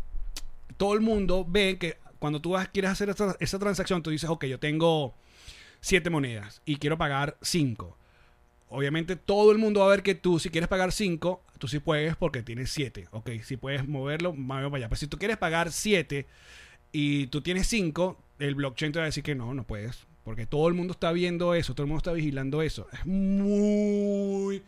Speaker 4: todo el mundo ve que cuando tú vas, quieres hacer esa, esa transacción, tú dices, ok, yo tengo siete monedas y quiero pagar cinco. Obviamente todo el mundo va a ver que tú, si quieres pagar cinco, tú sí puedes porque tienes siete. Ok, si puedes moverlo, mueve para allá. Pero si tú quieres pagar siete y tú tienes cinco, el blockchain te va a decir que no, no puedes. Porque todo el mundo está viendo eso, todo el mundo está vigilando eso. Es muy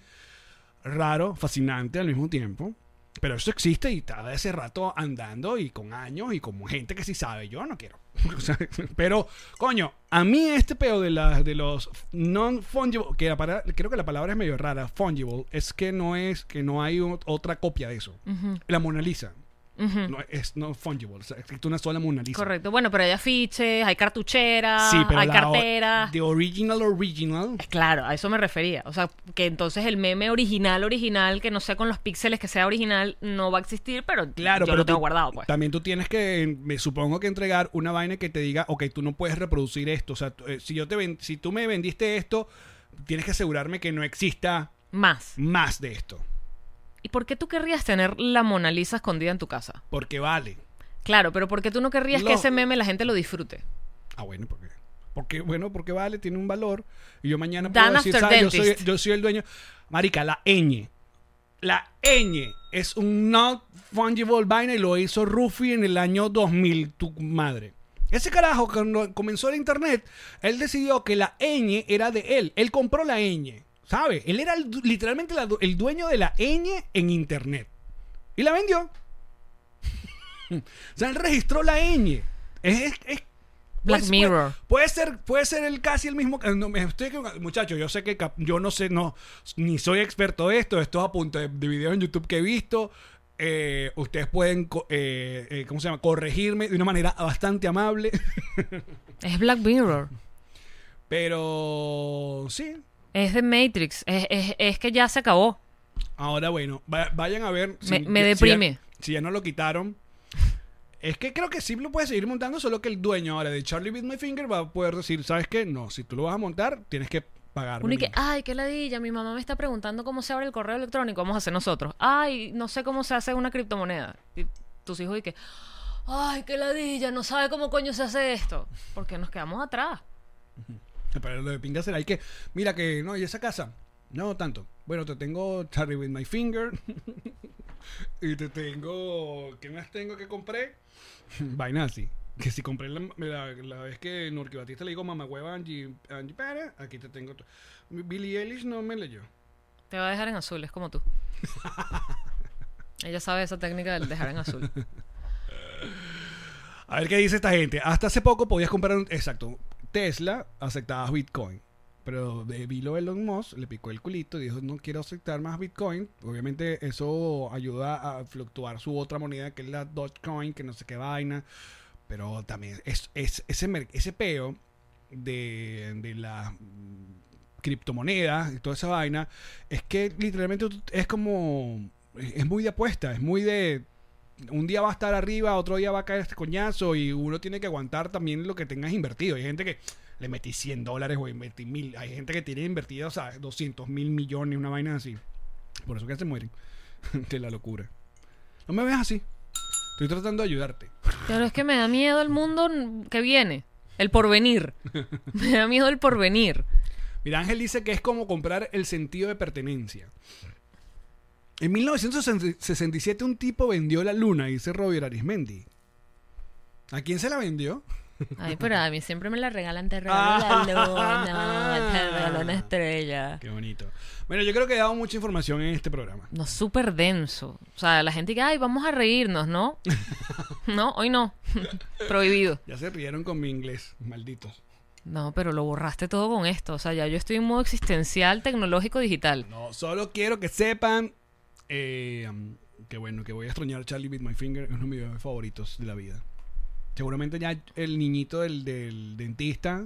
Speaker 4: raro, fascinante al mismo tiempo. Pero eso existe y está de hace rato andando y con años y con gente que sí sabe. Yo no quiero. O sea, pero, coño, a mí este peo de, las de los non-fungible, que la para- creo que la palabra es medio rara, fungible, es que no es, que no hay o- otra copia de eso. La Mona Lisa.
Speaker 5: Ujú.
Speaker 4: No, es no fungible, o sea, existe una sola Mona Lisa.
Speaker 5: Mm. Correcto. Bueno, pero hay afiches, hay cartucheras,
Speaker 4: Sí, pero
Speaker 5: hay
Speaker 4: la o-
Speaker 5: carteras.
Speaker 4: De original, original.
Speaker 5: Eh, Claro, a eso me refería. O sea, que entonces el meme original, original, que no sé con los píxeles que sea original, no va a existir, pero
Speaker 4: Claro,
Speaker 5: yo
Speaker 4: pero
Speaker 5: lo tengo
Speaker 4: tú-
Speaker 5: guardado, pues.
Speaker 4: También tú tienes que, em, me supongo que entregar una vaina que te diga, ok, tú no puedes reproducir esto. O sea, tú, eh, si, yo te ven- si tú me vendiste esto, tienes que asegurarme que no exista
Speaker 5: Más.
Speaker 4: más de esto.
Speaker 5: ¿Y por qué tú querrías tener la Mona Lisa escondida en tu casa?
Speaker 4: Porque vale.
Speaker 5: Claro, pero ¿por qué tú no querrías
Speaker 4: Lo-
Speaker 5: que ese meme la gente lo disfrute?
Speaker 4: Ah, bueno, porque, porque bueno, porque vale, tiene un valor. Y yo mañana
Speaker 5: Dan
Speaker 4: puedo decir,
Speaker 5: after
Speaker 4: ¿sabes? Yo soy,
Speaker 5: dentist.
Speaker 4: yo soy el dueño. Marica, la ñ. La ñ es un not fungible vaina y lo hizo Rufi en el año 2000, tu madre. Ese carajo, cuando comenzó el internet, él decidió que la ñ era de él. Él compró la ñ, ¿sabes? Él era el du- literalmente la du- el dueño de la ñ en internet. Y la vendió. o sea, él registró la ñ. Es, es- es
Speaker 5: Black
Speaker 4: Pues,
Speaker 5: Mirror.
Speaker 4: Puede, puede ser, puede ser el casi el mismo. eh, No, me estoy equivocando. Muchachos, yo sé que cap- yo no sé, no, ni soy experto de esto. Esto es a punto de, de videos en YouTube que he visto. Eh, ustedes pueden, co- eh, eh, ¿cómo se llama? Corregirme de una manera bastante amable.
Speaker 5: Es Black Mirror.
Speaker 4: Pero sí.
Speaker 5: Es de Matrix. Es, es- es que ya se acabó.
Speaker 4: Ahora bueno, va- vayan a ver.
Speaker 5: Me- me
Speaker 4: ya-
Speaker 5: deprime.
Speaker 4: Si ya, si ya no lo quitaron. Es que creo que sí lo puedes seguir montando, solo que el dueño ahora de Charlie Beat My Finger va a poder decir, ¿sabes qué? No, si tú lo vas a montar, tienes que pagarme.
Speaker 5: Uno y
Speaker 4: a
Speaker 5: que,
Speaker 4: mí".
Speaker 5: ay, qué ladilla, mi mamá me está preguntando cómo se abre el correo electrónico, vamos a hacer nosotros. Ay, no sé cómo se hace una criptomoneda. Y tus hijos y que, ay, qué ladilla, no sabe cómo coño se hace esto. Porque nos quedamos atrás.
Speaker 4: Pero lo de pinga será, hay que, mira que, no, y esa casa, no tanto. Bueno, te tengo Charlie with my finger. y te tengo, ¿qué más tengo que compré? Vaina así. Que si compré la, la- la vez que Norque Batista le digo mamá hueva Angie, Angie Pérez, aquí te tengo. to- Billie Eilish no me leyó.
Speaker 5: Te va a dejar en azul, es como tú. Ella sabe esa técnica del dejar en azul.
Speaker 4: A ver qué dice esta gente. Hasta hace poco podías comprar un. Exacto. Tesla aceptaba Bitcoin. Pero de vilo Elon Musk le picó el culito y dijo: No quiero aceptar más Bitcoin. Obviamente, eso ayuda a fluctuar su otra moneda, que es la Dogecoin, que no sé qué vaina. Pero también es, es- ese, mer- ese peo de, de las mm, criptomonedas y toda esa vaina es que literalmente tú- es como. Es muy de apuesta, es muy de un día va a estar arriba, otro día va a caer este coñazo y uno tiene que aguantar también lo que tengas invertido. Hay gente que le metí 100 dólares o invertí mil. Hay gente que tiene invertido, o sea, 200 mil millones, una vaina así. Por eso que se mueren de la locura. No me veas así. Estoy tratando de ayudarte.
Speaker 5: Pero es que me da miedo el mundo que viene, el porvenir. Me da miedo el porvenir.
Speaker 4: Mira, Ángel dice que es como comprar el sentido de pertenencia. En 1967 un tipo vendió la luna, dice Roger Arismendi. ¿A quién se la vendió?
Speaker 5: Ay, pero a mí siempre me la regalan, te regalo la luna, te regalo una estrella.
Speaker 4: Qué bonito. Bueno, yo creo que he dado mucha información en este programa.
Speaker 5: No, súper denso. O sea, la gente que, ay, vamos a reírnos, ¿no? no, hoy no. Prohibido.
Speaker 4: Ya se rieron con mi inglés, malditos.
Speaker 5: No, pero lo borraste todo con esto. O sea, ya yo estoy en modo existencial, tecnológico, digital.
Speaker 4: No, solo quiero que sepan eh, um, que bueno, que voy a extrañar Charlie with My Finger, es uno de mis videos favoritos de la vida. Seguramente ya el niñito del, del dentista,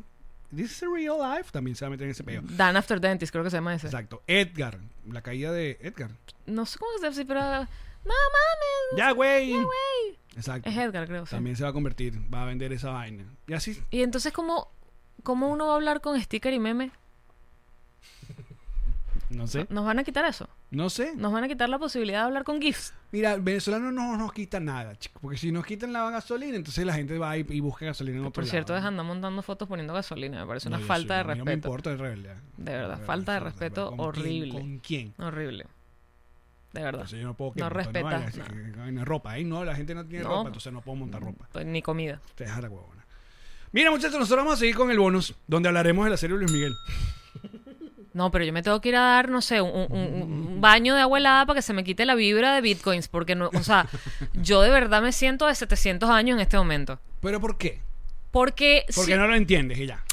Speaker 4: This is a real life, también se va a meter en ese peo.
Speaker 5: Dan After Dentist, creo que se llama ese.
Speaker 4: Exacto, Edgar, la caída de Edgar.
Speaker 5: No sé cómo se dice, pero... No mames.
Speaker 4: Ya, güey.
Speaker 5: güey.
Speaker 4: Exacto.
Speaker 5: Es Edgar, creo. sí.
Speaker 4: También se va a convertir, va a vender esa vaina. Y así,
Speaker 5: Y entonces, ¿cómo, ¿cómo uno va a hablar con sticker y meme?
Speaker 4: no sé.
Speaker 5: ¿Nos van a quitar eso?
Speaker 4: No sé.
Speaker 5: ¿Nos van a quitar la posibilidad de hablar con GIFs?
Speaker 4: Mira, el venezolano no nos quita nada, chico, porque si nos quitan la gasolina, entonces la gente va y, y busca gasolina en otro
Speaker 5: Por cierto,
Speaker 4: lado.
Speaker 5: dejan andar montando fotos poniendo gasolina. Me parece
Speaker 4: No,
Speaker 5: una
Speaker 4: yo
Speaker 5: falta
Speaker 4: sí,
Speaker 5: de
Speaker 4: a mí
Speaker 5: respeto.
Speaker 4: No me importa, es realidad.
Speaker 5: De verdad, falta de
Speaker 4: es verdad.
Speaker 5: respeto
Speaker 4: ¿Con
Speaker 5: horrible.
Speaker 4: Quién, ¿Con quién?
Speaker 5: Horrible. De verdad.
Speaker 4: Entonces yo no puedo
Speaker 5: No
Speaker 4: monte-
Speaker 5: respetas
Speaker 4: vale, así
Speaker 5: nada.
Speaker 4: que- que- que- ropa, ¿eh? No, la gente no tiene
Speaker 5: No.
Speaker 4: ropa, entonces no puedo montar ropa.
Speaker 5: Pues ni comida.
Speaker 4: Te deja la huevona. Mira, muchachos, nosotros vamos a seguir con el bonus, donde hablaremos de la serie Luis Miguel.
Speaker 5: No, pero yo me tengo que ir a dar, no sé, un, un- un- un baño de agua helada para que se me quite la vibra de bitcoins. Porque, no, o sea, yo de verdad me siento de 700 años en este momento.
Speaker 4: ¿Pero por qué?
Speaker 5: Porque,
Speaker 4: Porque
Speaker 5: sí-
Speaker 4: no lo entiendes y ya.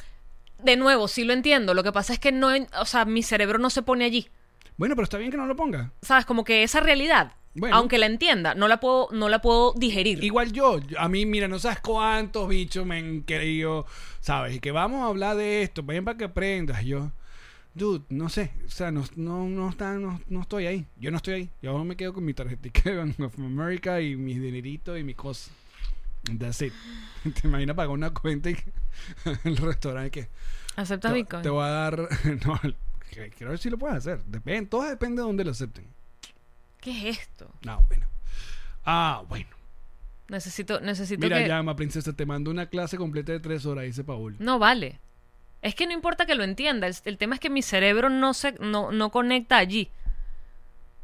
Speaker 5: de nuevo, sí lo entiendo. Lo que pasa es que no, en- o sea, mi cerebro no se pone allí.
Speaker 4: Bueno, pero está bien que no lo ponga.
Speaker 5: ¿Sabes? Como que esa realidad,
Speaker 4: Bueno.
Speaker 5: aunque la entienda, no la puedo, no la puedo digerir.
Speaker 4: Igual yo, yo- a mí, mira, no sabes cuántos bichos me han querido, ¿sabes? Y que vamos a hablar de esto, ven para que aprendas. Yo, dude, no sé, o sea, no, no, no, está, no, no estoy ahí, yo no estoy ahí. Yo me quedo con mi tarjetita de Bank of America y mis dineritos y mi cosa. That's it. ¿Te imaginas pagar una cuenta y que- el restaurante que...
Speaker 5: ¿Aceptas
Speaker 4: Te,
Speaker 5: bitcoin?
Speaker 4: te voy a dar... No, que- creo que sí lo puedes hacer. Depende, todo depende de dónde lo acepten.
Speaker 5: ¿Qué es esto?
Speaker 4: Ah, bueno. Ah, bueno.
Speaker 5: Necesito, necesito
Speaker 4: Mira,
Speaker 5: que...
Speaker 4: llama, princesa, te mando una clase completa de tres horas, dice Paul.
Speaker 5: No vale. Es que no importa que lo entienda. El, el tema es que mi cerebro no se no, no conecta allí.